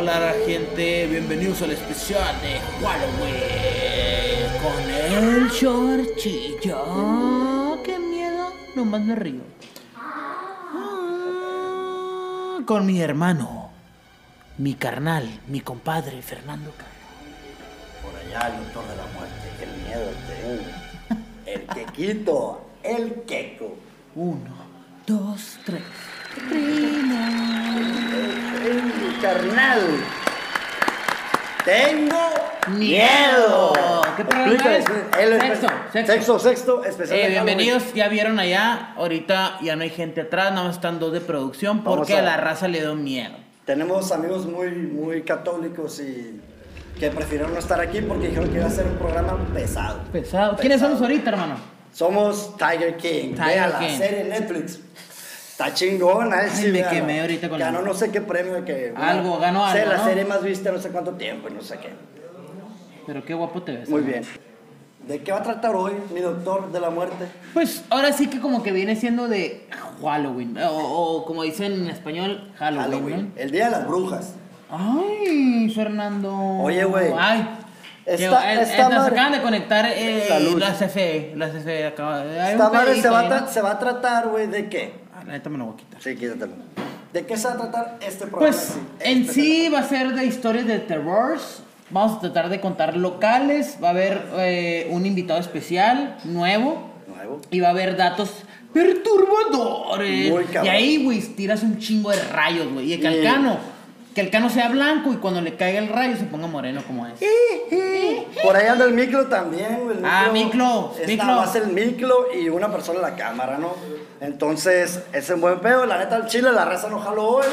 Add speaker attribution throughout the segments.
Speaker 1: estar, gente? Bienvenidos al especial de Halloween con el Chorchillo. ¡Qué miedo! Nomás me río. Ah, Con mi hermano, mi carnal, mi compadre, Fernando Carlos.
Speaker 2: Por allá el doctor de la muerte, qué miedo tengo. El quequito, el queco.
Speaker 1: Uno, dos, tres. Primo.
Speaker 2: El mi carnal. Tengo miedo.
Speaker 1: ¿Qué programa
Speaker 2: Explica,
Speaker 1: es?
Speaker 2: explica, él es-
Speaker 1: Sexto, sexto.
Speaker 2: sexto, sexto, especial
Speaker 1: Eh,
Speaker 2: de Halloween.
Speaker 1: bienvenidos, ya vieron allá. Ahorita ya no hay gente atrás, nada más están dos de producción
Speaker 2: Vamos
Speaker 1: porque a...
Speaker 2: a-
Speaker 1: la raza le dio miedo.
Speaker 2: Tenemos amigos muy, muy católicos y que prefirieron no estar aquí porque dijeron que iba a ser un programa pesado.
Speaker 1: Pesado. ¿Quiénes
Speaker 2: Pesado.
Speaker 1: somos ahorita, hermano?
Speaker 2: Somos Tiger King.
Speaker 1: Tiger
Speaker 2: Vea la
Speaker 1: King.
Speaker 2: serie en Netflix. Está chingona. eh,
Speaker 1: Ay,
Speaker 2: sí,
Speaker 1: me
Speaker 2: véala.
Speaker 1: quemé ahorita con
Speaker 2: Ganó
Speaker 1: la-
Speaker 2: no sé qué premio que...
Speaker 1: Algo, ganó
Speaker 2: Sé,
Speaker 1: algo,
Speaker 2: la
Speaker 1: ¿no?
Speaker 2: serie más vista no sé cuánto tiempo y no sé qué.
Speaker 1: Pero qué guapo te ves.
Speaker 2: Muy
Speaker 1: hermano.
Speaker 2: bien. ¿De qué va a tratar hoy mi doctor de la muerte?
Speaker 1: Pues ahora sí que como que viene siendo de Halloween. O, o como dicen en español, Halloween.
Speaker 2: Halloween. El Día de las Brujas.
Speaker 1: ¿no? Ay, Fernando.
Speaker 2: Oye, güey.
Speaker 1: Ay.
Speaker 2: Esta-
Speaker 1: Llegó- eh,
Speaker 2: esta
Speaker 1: eh, nos
Speaker 2: madre-
Speaker 1: acaban de conectar eh,
Speaker 2: La luz.
Speaker 1: la CFE. La CFE acaba de. hay
Speaker 2: Esta
Speaker 1: un
Speaker 2: madre se
Speaker 1: pedito
Speaker 2: va, a
Speaker 1: ahí, ¿no?
Speaker 2: tra- se va a tratar, güey, ¿de qué?
Speaker 1: Ah, La neta me lo voy a quitar.
Speaker 2: Sí, quítatelo. ¿De qué se va a tratar este programa?
Speaker 1: Pues en
Speaker 2: Este-
Speaker 1: sí va a ser de historias de terrors. Vamos a tratar de contar locales. Va a haber eh, un invitado especial nuevo.
Speaker 2: Nuevo.
Speaker 1: Y va a haber datos perturbadores.
Speaker 2: Muy cabrón.
Speaker 1: y ahí, güey, tiras un chingo de rayos, güey. Y el
Speaker 2: Y-
Speaker 1: calcano. Que el cano sea blanco y cuando le caiga el rayo se ponga moreno como es.
Speaker 2: Por ahí anda el micro también, güey. el
Speaker 1: Ah, miclo,
Speaker 2: Es
Speaker 1: miclo.
Speaker 2: nada más el micro y una persona en la cámara, ¿no? Entonces, es un buen pedo. La neta, el chile, la raza no jaló hoy.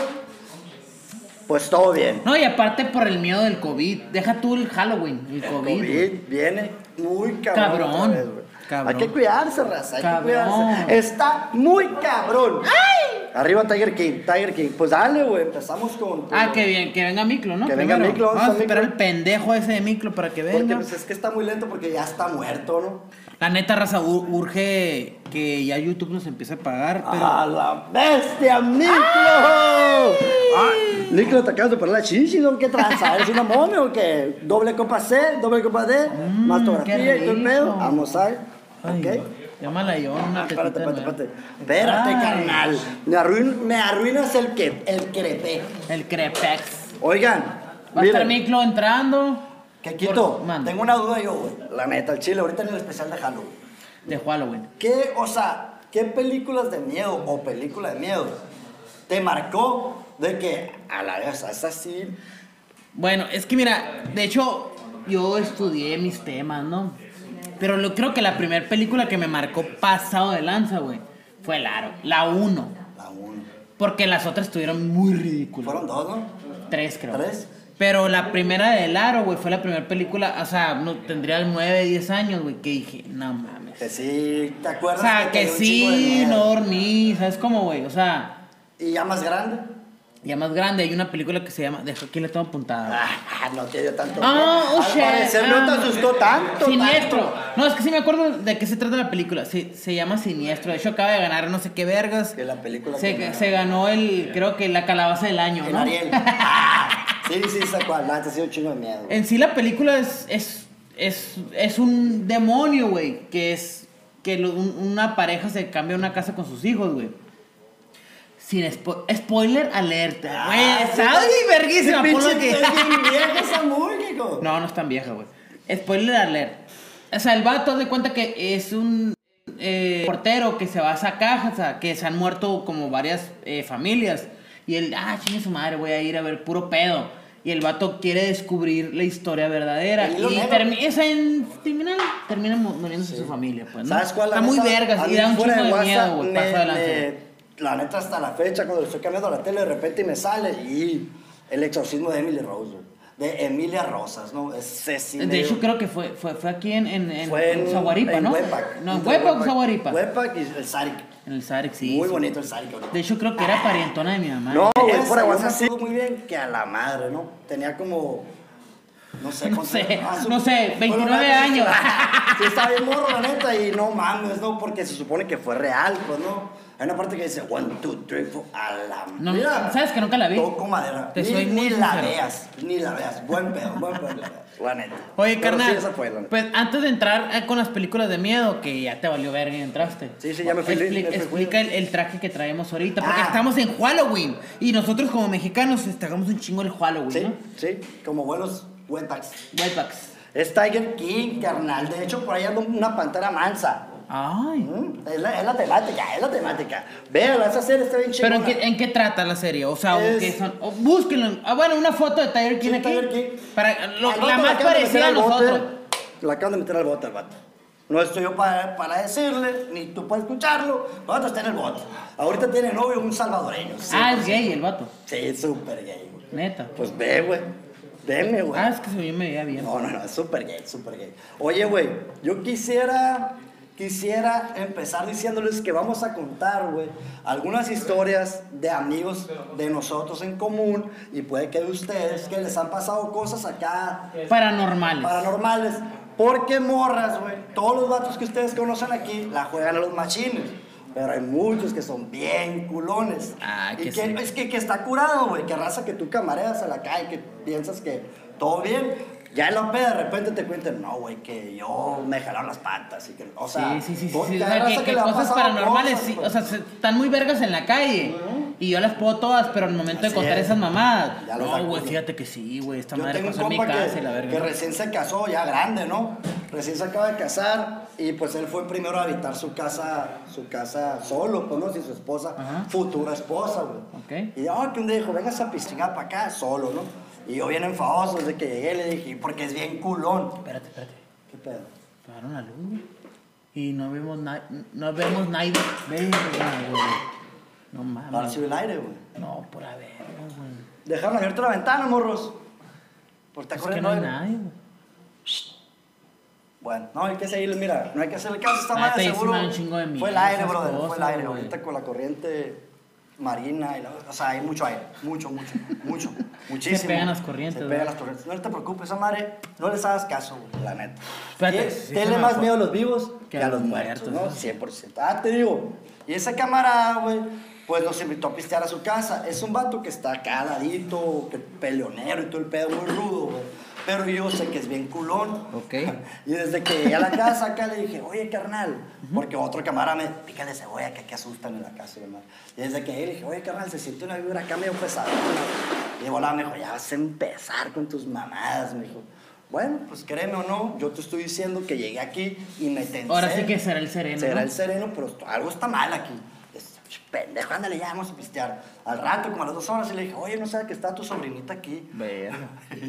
Speaker 2: Pues todo bien.
Speaker 1: No, y aparte por el miedo del COVID. Deja tú el Halloween, el,
Speaker 2: El
Speaker 1: COVID. güey.
Speaker 2: COVID viene muy cabrón.
Speaker 1: Cabrón,
Speaker 2: otra vez, güey.
Speaker 1: cabrón.
Speaker 2: Hay que cuidarse, raza. Hay
Speaker 1: Cabrón.
Speaker 2: que cuidarse. Está muy cabrón. Arriba Tiger King, Tiger King. Pues dale, güey. Empezamos con.
Speaker 1: Ah, que bien, que venga Miclo, ¿no?
Speaker 2: Que venga
Speaker 1: Primero.
Speaker 2: Miclo,
Speaker 1: Vamos a
Speaker 2: está
Speaker 1: esperar el
Speaker 2: Miclo.
Speaker 1: pendejo ese de Miclo para que
Speaker 2: Porque
Speaker 1: venga.
Speaker 2: pues, es que está muy lento porque ya está muerto, ¿no?
Speaker 1: La neta, raza, u- urge que ya YouTube nos empiece a pagar, pero...
Speaker 2: ¡A la bestia, Niclo! Ay, Niclo, te acabas de poner la chichi, don, ¿qué tranza? ¿Eres una mome o qué? Doble copa C, doble copa D,
Speaker 1: Mm,
Speaker 2: mastografía
Speaker 1: qué
Speaker 2: y todo el
Speaker 1: rico.
Speaker 2: pedo. Vamos a ver,
Speaker 1: Ay,
Speaker 2: ¿ok? Ah,
Speaker 1: Llámala yo, una tetita
Speaker 2: Espérate, espérate,
Speaker 1: nueva.
Speaker 2: espérate. Espérate,
Speaker 1: Ah, Ay.
Speaker 2: carnal. Me, arruin- me arruinas el que, el crepe.
Speaker 1: El crepex.
Speaker 2: Oigan,
Speaker 1: Va a estar
Speaker 2: miren,
Speaker 1: Miclo entrando.
Speaker 2: que quito.
Speaker 1: Por- manda.
Speaker 2: Tengo una duda yo, güey. La neta, el chile, ahorita en el especial de Halloween.
Speaker 1: De Halloween.
Speaker 2: ¿Qué, o sea, qué películas de miedo o película de miedo te marcó de que a la vez es así?
Speaker 1: Bueno, es que mira, de hecho, yo estudié mis temas, ¿no? Pero lo, creo que la primera película que me marcó pasado de lanza, güey, fue el Aro. La 1.
Speaker 2: La uno.
Speaker 1: Porque las otras estuvieron muy ridículas.
Speaker 2: Fueron dos, ¿no?
Speaker 1: Tres, creo.
Speaker 2: ¿Tres?
Speaker 1: Pero la primera de El Aro, güey, fue la primera película, o sea, no, tendría 9, 10 años, güey, que dije, no mames.
Speaker 2: Que sí, ¿te
Speaker 1: O
Speaker 2: acuerdas?
Speaker 1: sea,
Speaker 2: te
Speaker 1: que
Speaker 2: dio un chingo de
Speaker 1: sí,
Speaker 2: miedo?
Speaker 1: no dormí, ¿sabes cómo, güey? O sea,
Speaker 2: ¿Y ya más grande?
Speaker 1: ya más grande, hay una película que se llama, dejo aquí la tengo apuntada.
Speaker 2: Ah, no te dio tanto
Speaker 1: Ah,
Speaker 2: miedo.
Speaker 1: oh,
Speaker 2: Al
Speaker 1: shit,
Speaker 2: parecer no te
Speaker 1: ah.
Speaker 2: asustó tanto.
Speaker 1: Siniestro.
Speaker 2: tanto.
Speaker 1: No, es que sí me acuerdo de qué se trata la película. Se, se llama Siniestro. De hecho, acaba de ganar no sé qué vergas.
Speaker 2: Que la película
Speaker 1: Se,
Speaker 2: que-
Speaker 1: se ganó el, creo que la calabaza del año,
Speaker 2: El
Speaker 1: ¿no?
Speaker 2: Ariel. Ah, sí, sí, sacó adelante, ha sido un chingo de miedo.
Speaker 1: En sí la película es, es, es, es un demonio, güey. Que es que lo- un- una pareja se cambia una casa con sus hijos, güey. Sin spo- spoiler alerta. Güey, está bien verguísima,
Speaker 2: Ah, Sí,
Speaker 1: ponlo
Speaker 2: pinche-
Speaker 1: aquí.
Speaker 2: Es bien vieja esa música.
Speaker 1: No, no es tan vieja, güey. Spoiler alert. O sea, el vato haz de cuenta que es un eh, portero que se va a esa caja, o sea, que se han muerto como varias eh, familias. Y él, ah, chingue su madre, voy a ir a ver puro pedo. Y el vato quiere descubrir la historia verdadera.
Speaker 2: El
Speaker 1: Y
Speaker 2: hilo negro.
Speaker 1: termi- esa en termina, termina mu- muriéndose su familia, pues, ¿no?
Speaker 2: ¿Sabes cuál? La
Speaker 1: Está muy
Speaker 2: neta,
Speaker 1: vergas
Speaker 2: a
Speaker 1: y
Speaker 2: mí
Speaker 1: da un
Speaker 2: fuera
Speaker 1: chingo de
Speaker 2: WhatsApp
Speaker 1: miedo, güey.
Speaker 2: me-
Speaker 1: Paso adelante.
Speaker 2: me- La neta, hasta la fecha, cuando estoy cambiando la tele, de repente y me sale y el exorcismo de Emily Rose, güey. de Emilia Rosas, ¿no? Es ese
Speaker 1: De hecho, creo que fue, fue, fue aquí en, en, en,
Speaker 2: fue
Speaker 1: en
Speaker 2: en
Speaker 1: Zaguaripa,
Speaker 2: en
Speaker 1: ¿no?
Speaker 2: Huepac.
Speaker 1: No, en Huepac o Zaguaripa.
Speaker 2: Huepac y el Zarik.
Speaker 1: En el Zarex, sí.
Speaker 2: Muy
Speaker 1: sí.
Speaker 2: bonito el Zarik ahorita.
Speaker 1: De hecho, creo que era parientona de mi mamá.
Speaker 2: No, güey,
Speaker 3: Esa,
Speaker 2: fuera
Speaker 3: yo me
Speaker 2: WhatsApp sí. Muy bien, que a la madre, ¿no? Tenía como. No sé,
Speaker 1: No
Speaker 2: cuánto-
Speaker 1: sé,
Speaker 2: ah, su-
Speaker 1: no sé, 29 años.
Speaker 2: Sí, estaba bien morro, la neta, y no mames, ¿no? Porque se supone que fue real, pues, ¿no? Hay una parte que dice one, two, three, four, a la
Speaker 1: No, ¿sabes que nunca la vi?
Speaker 2: Toco madera.
Speaker 1: Te
Speaker 2: ni
Speaker 1: soy muy
Speaker 2: ni la
Speaker 1: sincero.
Speaker 2: veas, ni la veas. Buen pedo, buen pedo. la neta.
Speaker 1: Oye,
Speaker 2: Pero
Speaker 1: carnal,
Speaker 2: Sí, esa fue, la neta.
Speaker 1: pues antes de entrar eh, con las películas de miedo, que ya te valió verga y entraste.
Speaker 2: Sí, sí, ya me fui,
Speaker 1: Expli-
Speaker 2: me fui.
Speaker 1: explica el, el traje que traemos ahorita, porque
Speaker 2: Ah.
Speaker 1: estamos en Halloween. Y nosotros como mexicanos destacamos un chingo el Halloween,
Speaker 2: Sí,
Speaker 1: ¿no?
Speaker 2: sí, como buenos wetbacks.
Speaker 1: Whitebacks.
Speaker 2: Es Tiger King, carnal. De hecho, por ahí anda una pantera mansa.
Speaker 1: Ay.
Speaker 2: Mm, Es la, es la temática, es la temática. Véanla, esa serie está bien
Speaker 1: Pero
Speaker 2: chingona.
Speaker 1: en qué, en qué trata la serie, o sea, o
Speaker 2: Es-
Speaker 1: qué son. o búsquenlo. Ah, bueno, una foto de Tiger King
Speaker 2: Sí,
Speaker 1: aquí.
Speaker 2: Tiger King.
Speaker 1: Para, lo-
Speaker 2: Al
Speaker 1: la
Speaker 2: vato
Speaker 1: más
Speaker 2: acaban de meter
Speaker 1: parecida a
Speaker 2: al bote.
Speaker 1: nosotros.
Speaker 2: La acaban de meter al bote al vato. No estoy yo para, para decirle, ni tú para escucharlo. El vato está en el bote. Ahorita tiene novio un salvadoreño. Sí,
Speaker 1: ah, es gay el vato,
Speaker 2: Sí, es súper gay, güey.
Speaker 1: neta.
Speaker 2: Pues ve, güey. Deme, güey.
Speaker 1: Ah, es que se yo me veía bien.
Speaker 2: No, no, no, es súper gay, súper gay. Oye, güey, yo quisiera, quisiera empezar diciéndoles que vamos a contar, güey, algunas historias de amigos de nosotros en común y puede que de ustedes que les han pasado cosas acá
Speaker 1: Paranormales.
Speaker 2: paranormales. Porque morras, güey, todos los vatos que ustedes conocen aquí la juegan a los machines. Pero hay muchos que son bien culones.
Speaker 1: Ah,
Speaker 2: y
Speaker 1: que
Speaker 2: que,
Speaker 1: sí.
Speaker 2: es que, que está curado, güey. Que raza que tú camareas a la calle, que piensas que todo bien. Ya en la peda de repente te cuentan, no, güey, que yo me jalaron las patas. Y que, o sea,
Speaker 1: sí, sí, sí, sí.
Speaker 2: to-
Speaker 1: sí,
Speaker 2: ya
Speaker 1: O
Speaker 2: hay
Speaker 1: sea,
Speaker 2: raza
Speaker 1: que, que
Speaker 2: le ha
Speaker 1: cosas
Speaker 2: pasado
Speaker 1: paranormales,
Speaker 2: cosas,
Speaker 1: sí,
Speaker 2: güey.
Speaker 1: o sea, se- están muy vergas en la calle. Y yo las puedo todas, pero al momento de
Speaker 2: Así
Speaker 1: contar
Speaker 2: es.
Speaker 1: esas mamadas.
Speaker 2: Ya lo
Speaker 1: No,
Speaker 2: saco,
Speaker 1: güey,
Speaker 2: ¿no?
Speaker 1: fíjate que sí, güey. Esta
Speaker 2: Yo
Speaker 1: madre
Speaker 2: tengo un
Speaker 1: pasó en mi
Speaker 2: compa
Speaker 1: casa
Speaker 2: que,
Speaker 1: y la verga.
Speaker 2: que recién se casó, ya grande, ¿no? Recién se acaba de casar y pues él fue primero a habitar su casa, su casa solo, pues no, sin su esposa,
Speaker 1: Ajá.
Speaker 2: futura esposa, güey.
Speaker 1: Ok.
Speaker 2: Y ah, que un día dijo, vengas a pistingar para acá, solo, ¿no? Y yo bien enfadoso desde que llegué le dije, porque es bien culón.
Speaker 1: Espérate, espérate.
Speaker 2: ¿Qué pedo?
Speaker 1: Apagaron la luz, güey. Y no vemos, na- no vemos nadie. Verga, güey. No
Speaker 2: Ahora
Speaker 1: mames.
Speaker 2: sí el aire, güey.
Speaker 1: No, por haber, güey.
Speaker 2: Dejaron abierta la ventana, morros. Por te
Speaker 1: Es Pues que no hay nadie, güey.
Speaker 2: Bueno, no hay que seguirle, mira, no hay que hacerle caso, está
Speaker 1: Ah,
Speaker 2: mal,
Speaker 1: te hice
Speaker 2: seguro.
Speaker 1: mal un chingo de miedo,
Speaker 2: fue el aire,
Speaker 1: esas
Speaker 2: brother, fue
Speaker 1: cosas,
Speaker 2: el aire.
Speaker 1: güey.
Speaker 2: Ahorita con la corriente marina, y la- o sea, hay mucho aire, mucho, mucho, mucho, muchísimo.
Speaker 1: pegan las corrientes,
Speaker 2: Se
Speaker 1: ¿verdad?
Speaker 2: pegan las corrientes. No te preocupes, esa madre, no les hagas caso, güey, la neta.
Speaker 1: Espérate,
Speaker 2: Tie-
Speaker 1: sí se
Speaker 2: Tenle
Speaker 1: me
Speaker 2: más
Speaker 1: fue.
Speaker 2: miedo a los vivos
Speaker 1: Que
Speaker 2: que
Speaker 1: a
Speaker 2: a
Speaker 1: los
Speaker 2: los muertos, ¿no?
Speaker 1: muertos,
Speaker 2: 100%. Ah, te digo. Y esa camarada, güey, pues nos invitó a pistear a su casa. Es un vato que está caladito, que peleonero y todo el pedo muy rudo, güey. Pero yo sé que es bien culón.
Speaker 1: Ok.
Speaker 2: Y desde que llegué a la casa acá le dije, oye, carnal, porque otro camarada me, pícale cebolla, que aquí asustan en la casa y demás. Y desde que llegué le dije, oye, carnal, se siente una vibra acá medio pesada. Y de volada me dijo, ya vas a empezar con tus mamadas, me dijo. Bueno, pues créeme o no, yo te estoy diciendo que llegué aquí y me tensé.
Speaker 1: Ahora sí que será el sereno.
Speaker 2: Será
Speaker 1: ¿no?
Speaker 2: el sereno, pero esto- algo está mal aquí. Es- Pendejo, ándale, ya vamos a pistear. Al rato, como a las dos horas, y le dije, oye, no sabes que está tu sobrinita aquí.
Speaker 1: Verga.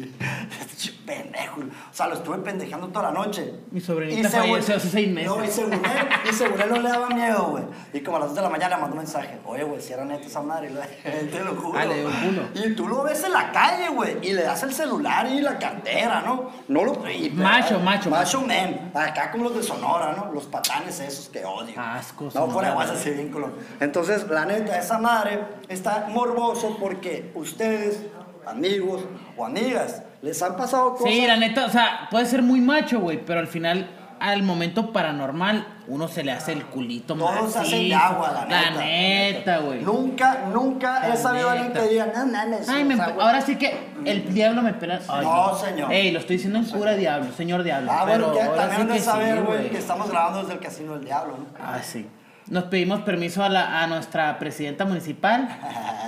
Speaker 2: Este pendejo. O sea, lo estuve pendejando toda la noche.
Speaker 1: Mi sobrinita
Speaker 2: Y según-
Speaker 1: falleció hace seis meses.
Speaker 2: No, y según él, y según él no le daba miedo, güey. Y como a las 2 de la mañana mandó un mensaje. Oye, güey, si era neta esa madre, y le- te lo juro.
Speaker 1: Ah, le dio un culo.
Speaker 2: Y tú lo ves en la calle, güey. Y le das el celular y la cartera, ¿no? No lo. y-
Speaker 1: Macho, macho,
Speaker 2: Eh, Macho men. Acá como los de Sonora, ¿no? Los patanes esos que odio.
Speaker 1: Asco,
Speaker 2: No,
Speaker 1: Sonora.
Speaker 2: fuera de WhatsApp, ese vínculo. Entonces, la neta, esa madre está morboso porque ustedes, amigos o amigas, les han pasado cosas.
Speaker 1: Sí, la neta, o sea, puede ser muy macho, güey, pero al final, al momento paranormal, uno se le hace el culito
Speaker 2: todos se hacen de
Speaker 1: macizo.
Speaker 2: agua, la neta.
Speaker 1: neta, güey.
Speaker 2: Nunca, nunca
Speaker 1: La
Speaker 2: he sabido a alguien
Speaker 1: neta.
Speaker 2: que diga, no mames.
Speaker 1: Ay,
Speaker 2: o
Speaker 1: me
Speaker 2: sea,
Speaker 1: empe-
Speaker 2: güey".
Speaker 1: ahora sí que el diablo me pela. Ay,
Speaker 2: No, señor.
Speaker 1: Ey, lo estoy diciendo en cura diablo, señor diablo.
Speaker 2: Ah, bueno,
Speaker 1: pero
Speaker 2: que
Speaker 1: ahora
Speaker 2: también han
Speaker 1: sí
Speaker 2: de
Speaker 1: que
Speaker 2: saber,
Speaker 1: sí,
Speaker 2: güey,
Speaker 1: güey.
Speaker 2: que estamos grabando desde el Casino del Diablo, ¿no?
Speaker 1: Ah, sí. Nos pedimos permiso a, la, a nuestra presidenta municipal,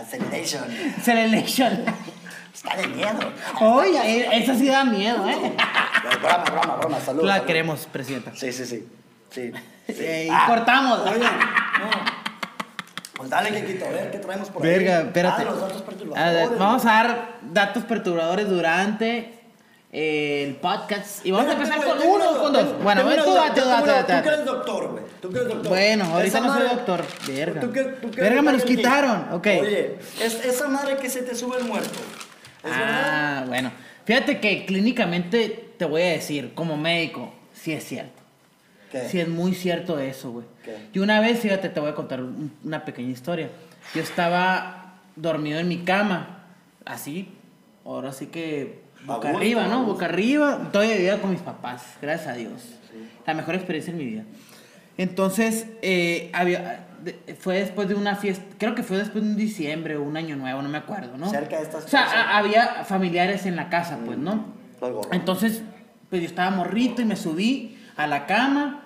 Speaker 2: Celebration.
Speaker 1: Celelection.
Speaker 2: Está de miedo. Ah,
Speaker 1: Oye, eh, esa sí da miedo, ¿eh?
Speaker 2: broma, broma, broma, saludos.
Speaker 1: La
Speaker 2: saludos.
Speaker 1: queremos, presidenta.
Speaker 2: Sí, sí, sí. Sí. sí.
Speaker 1: Eh, y
Speaker 2: Ah,
Speaker 1: cortamos.
Speaker 2: Oye, no. Pues dale, Kikito, a ver qué traemos por ahí.
Speaker 1: Verga, espérate.
Speaker 2: Ah, los datos
Speaker 1: A
Speaker 2: perturbadores.
Speaker 1: ver, vamos a dar datos perturbadores durante eh, el podcast. Y vamos a empezar con uno o con dos. Bueno,
Speaker 2: ven
Speaker 1: tú date, tú date,
Speaker 2: Tú
Speaker 1: date,
Speaker 2: que eres
Speaker 1: date.
Speaker 2: doctor, güey. Tú que eres doctor.
Speaker 1: Bueno, ahorita
Speaker 2: Esa
Speaker 1: no soy
Speaker 2: madre-
Speaker 1: doctor. Verga.
Speaker 2: ¿Tú que- tú que
Speaker 1: Verga,
Speaker 2: eres
Speaker 1: me los
Speaker 2: doctor,
Speaker 1: quitaron,
Speaker 2: Kiki?
Speaker 1: ok.
Speaker 2: Oye, es, esa madre que se te sube el muerto. ¿Es verdad?
Speaker 1: Ah, bueno. Fíjate que clínicamente te voy a decir, como médico, sí es cierto.
Speaker 2: ¿Qué?
Speaker 1: Sí es muy cierto eso, güey.
Speaker 2: ¿Qué?
Speaker 1: Y una vez, fíjate, te voy a contar un- una pequeña historia. Yo estaba dormido en mi cama, así, ahora sí que
Speaker 2: A
Speaker 1: boca
Speaker 2: gusto,
Speaker 1: arriba,
Speaker 2: a
Speaker 1: ¿no?
Speaker 2: gusto.
Speaker 1: Boca arriba. Todavía vivía con mis papás, gracias a Dios. La mejor experiencia en mi vida. Entonces, eh, había, de- fue después de una fiesta, creo que fue después de un diciembre o un año nuevo, no me acuerdo, ¿no?
Speaker 2: Cerca de estas Mm.
Speaker 1: O sea,
Speaker 2: fechas.
Speaker 1: a- había familiares en la casa, pues, ¿no?
Speaker 2: Los gorros.
Speaker 1: Entonces, pues yo estaba morrito y me subí a la cama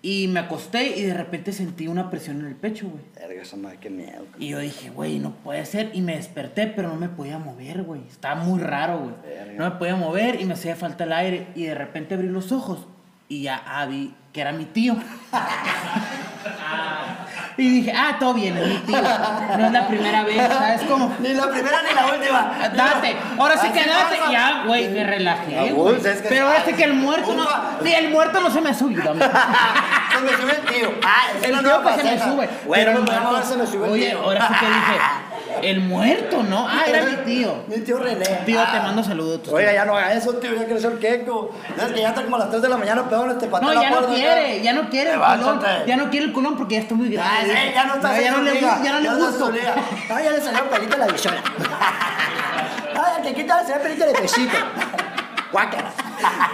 Speaker 1: y me acosté y de repente sentí una presión en el pecho, güey.
Speaker 2: Verga, esa madre, qué miedo. cabrón.
Speaker 1: Y yo dije, güey, no puede ser. Y me desperté, pero no me podía mover, güey. Estaba muy raro, güey.
Speaker 2: Verga.
Speaker 1: No me podía mover y me hacía falta el aire. Y de repente abrí los ojos y ya ah, vi que era mi tío. y dije, ah, todo bien, es mi tío. No es la primera vez, ¿sabes cómo?
Speaker 2: Ni la primera ni la última.
Speaker 1: Date, ahora sí
Speaker 2: Así
Speaker 1: que date.
Speaker 2: pasa.
Speaker 1: Ya, güey, me
Speaker 2: Ah,
Speaker 1: relajé.
Speaker 2: güey,
Speaker 1: güey.
Speaker 2: es que-
Speaker 1: Pero ahora sí que el muerto no.
Speaker 2: Ufa.
Speaker 1: Sí, el muerto no se me ha subido. amigo.
Speaker 2: Se me sube el tío. Ah, es
Speaker 1: El
Speaker 2: una
Speaker 1: tío
Speaker 2: nueva
Speaker 1: que se me
Speaker 2: faceta.
Speaker 1: sube.
Speaker 2: Bueno, pues,
Speaker 1: Pero
Speaker 2: no,
Speaker 1: el
Speaker 2: no,
Speaker 1: muerto-
Speaker 2: se me sube el
Speaker 1: Oye,
Speaker 2: tío.
Speaker 1: ahora sí que dije, el muerto, ¿no? Ah, era mi tío.
Speaker 2: Mi tío René.
Speaker 1: Tío, te
Speaker 2: Ah.
Speaker 1: mando saludos. tus
Speaker 2: Oiga,
Speaker 1: tíos.
Speaker 2: ya no haga eso, tío, ya creció el queco. Es que ya está como a las 3 de la mañana, peor este patón.
Speaker 1: No, ya no quiere, ya no quiere el culón.
Speaker 2: Levántate.
Speaker 1: Ya no quiere el culón porque ya está muy
Speaker 2: Ya,
Speaker 1: grande.
Speaker 2: eh, ya no está
Speaker 1: No, ya no le
Speaker 2: liga.
Speaker 1: ya no le
Speaker 2: está
Speaker 1: gusto.
Speaker 2: liga. No, Ah, ya le salió pelito a la bichona. Ay, que quita, se ve pelito de pechito. Guácala.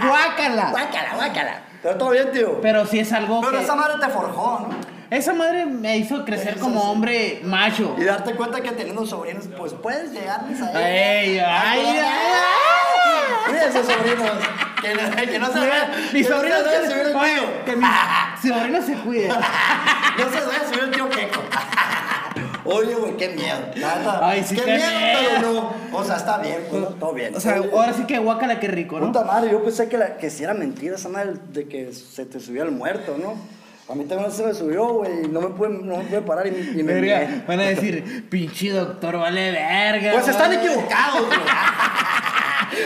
Speaker 1: Guácala.
Speaker 2: Guácala, guácala. Pero todo bien, tío.
Speaker 1: Pero sí es algo
Speaker 2: Pero
Speaker 1: que...
Speaker 2: esa madre te forjó, ¿no?
Speaker 1: Esa madre me hizo crecer
Speaker 2: Eso
Speaker 1: como
Speaker 2: sí.
Speaker 1: hombre macho.
Speaker 2: Y darte cuenta que teniendo sobrinos, pues puedes llegarles a
Speaker 1: Ey, ay, ay.
Speaker 2: Pues, Cuídense, sobrinos. Que no, que no se vean.
Speaker 1: Mis
Speaker 2: que no se
Speaker 1: sobrinos
Speaker 2: vayan a
Speaker 1: que-
Speaker 2: subir el
Speaker 1: oye,
Speaker 2: tío.
Speaker 1: que mis sobrinos se cuiden.
Speaker 2: No se vaya a subir el tío queco. Oye, güey, qué miedo. La neta,
Speaker 1: Ay, sí,
Speaker 2: qué
Speaker 1: qué
Speaker 2: miedo,
Speaker 1: miedo.
Speaker 2: pero no. O sea, está bien, pues, no, todo bien.
Speaker 1: O sea,
Speaker 2: Oye,
Speaker 1: ahora sí que guácala, qué rico, ¿no?
Speaker 2: Puta madre, yo pensé que, la, que si era mentira esa madre de que se te subía el muerto, ¿no? A mí también se me subió, güey, y no me pude, no me pude parar y, me- y me
Speaker 1: Verga,
Speaker 2: meé.
Speaker 1: van a decir, pinche doctor, vale verga.
Speaker 2: Pues están
Speaker 1: vale".
Speaker 2: equivocados, güey.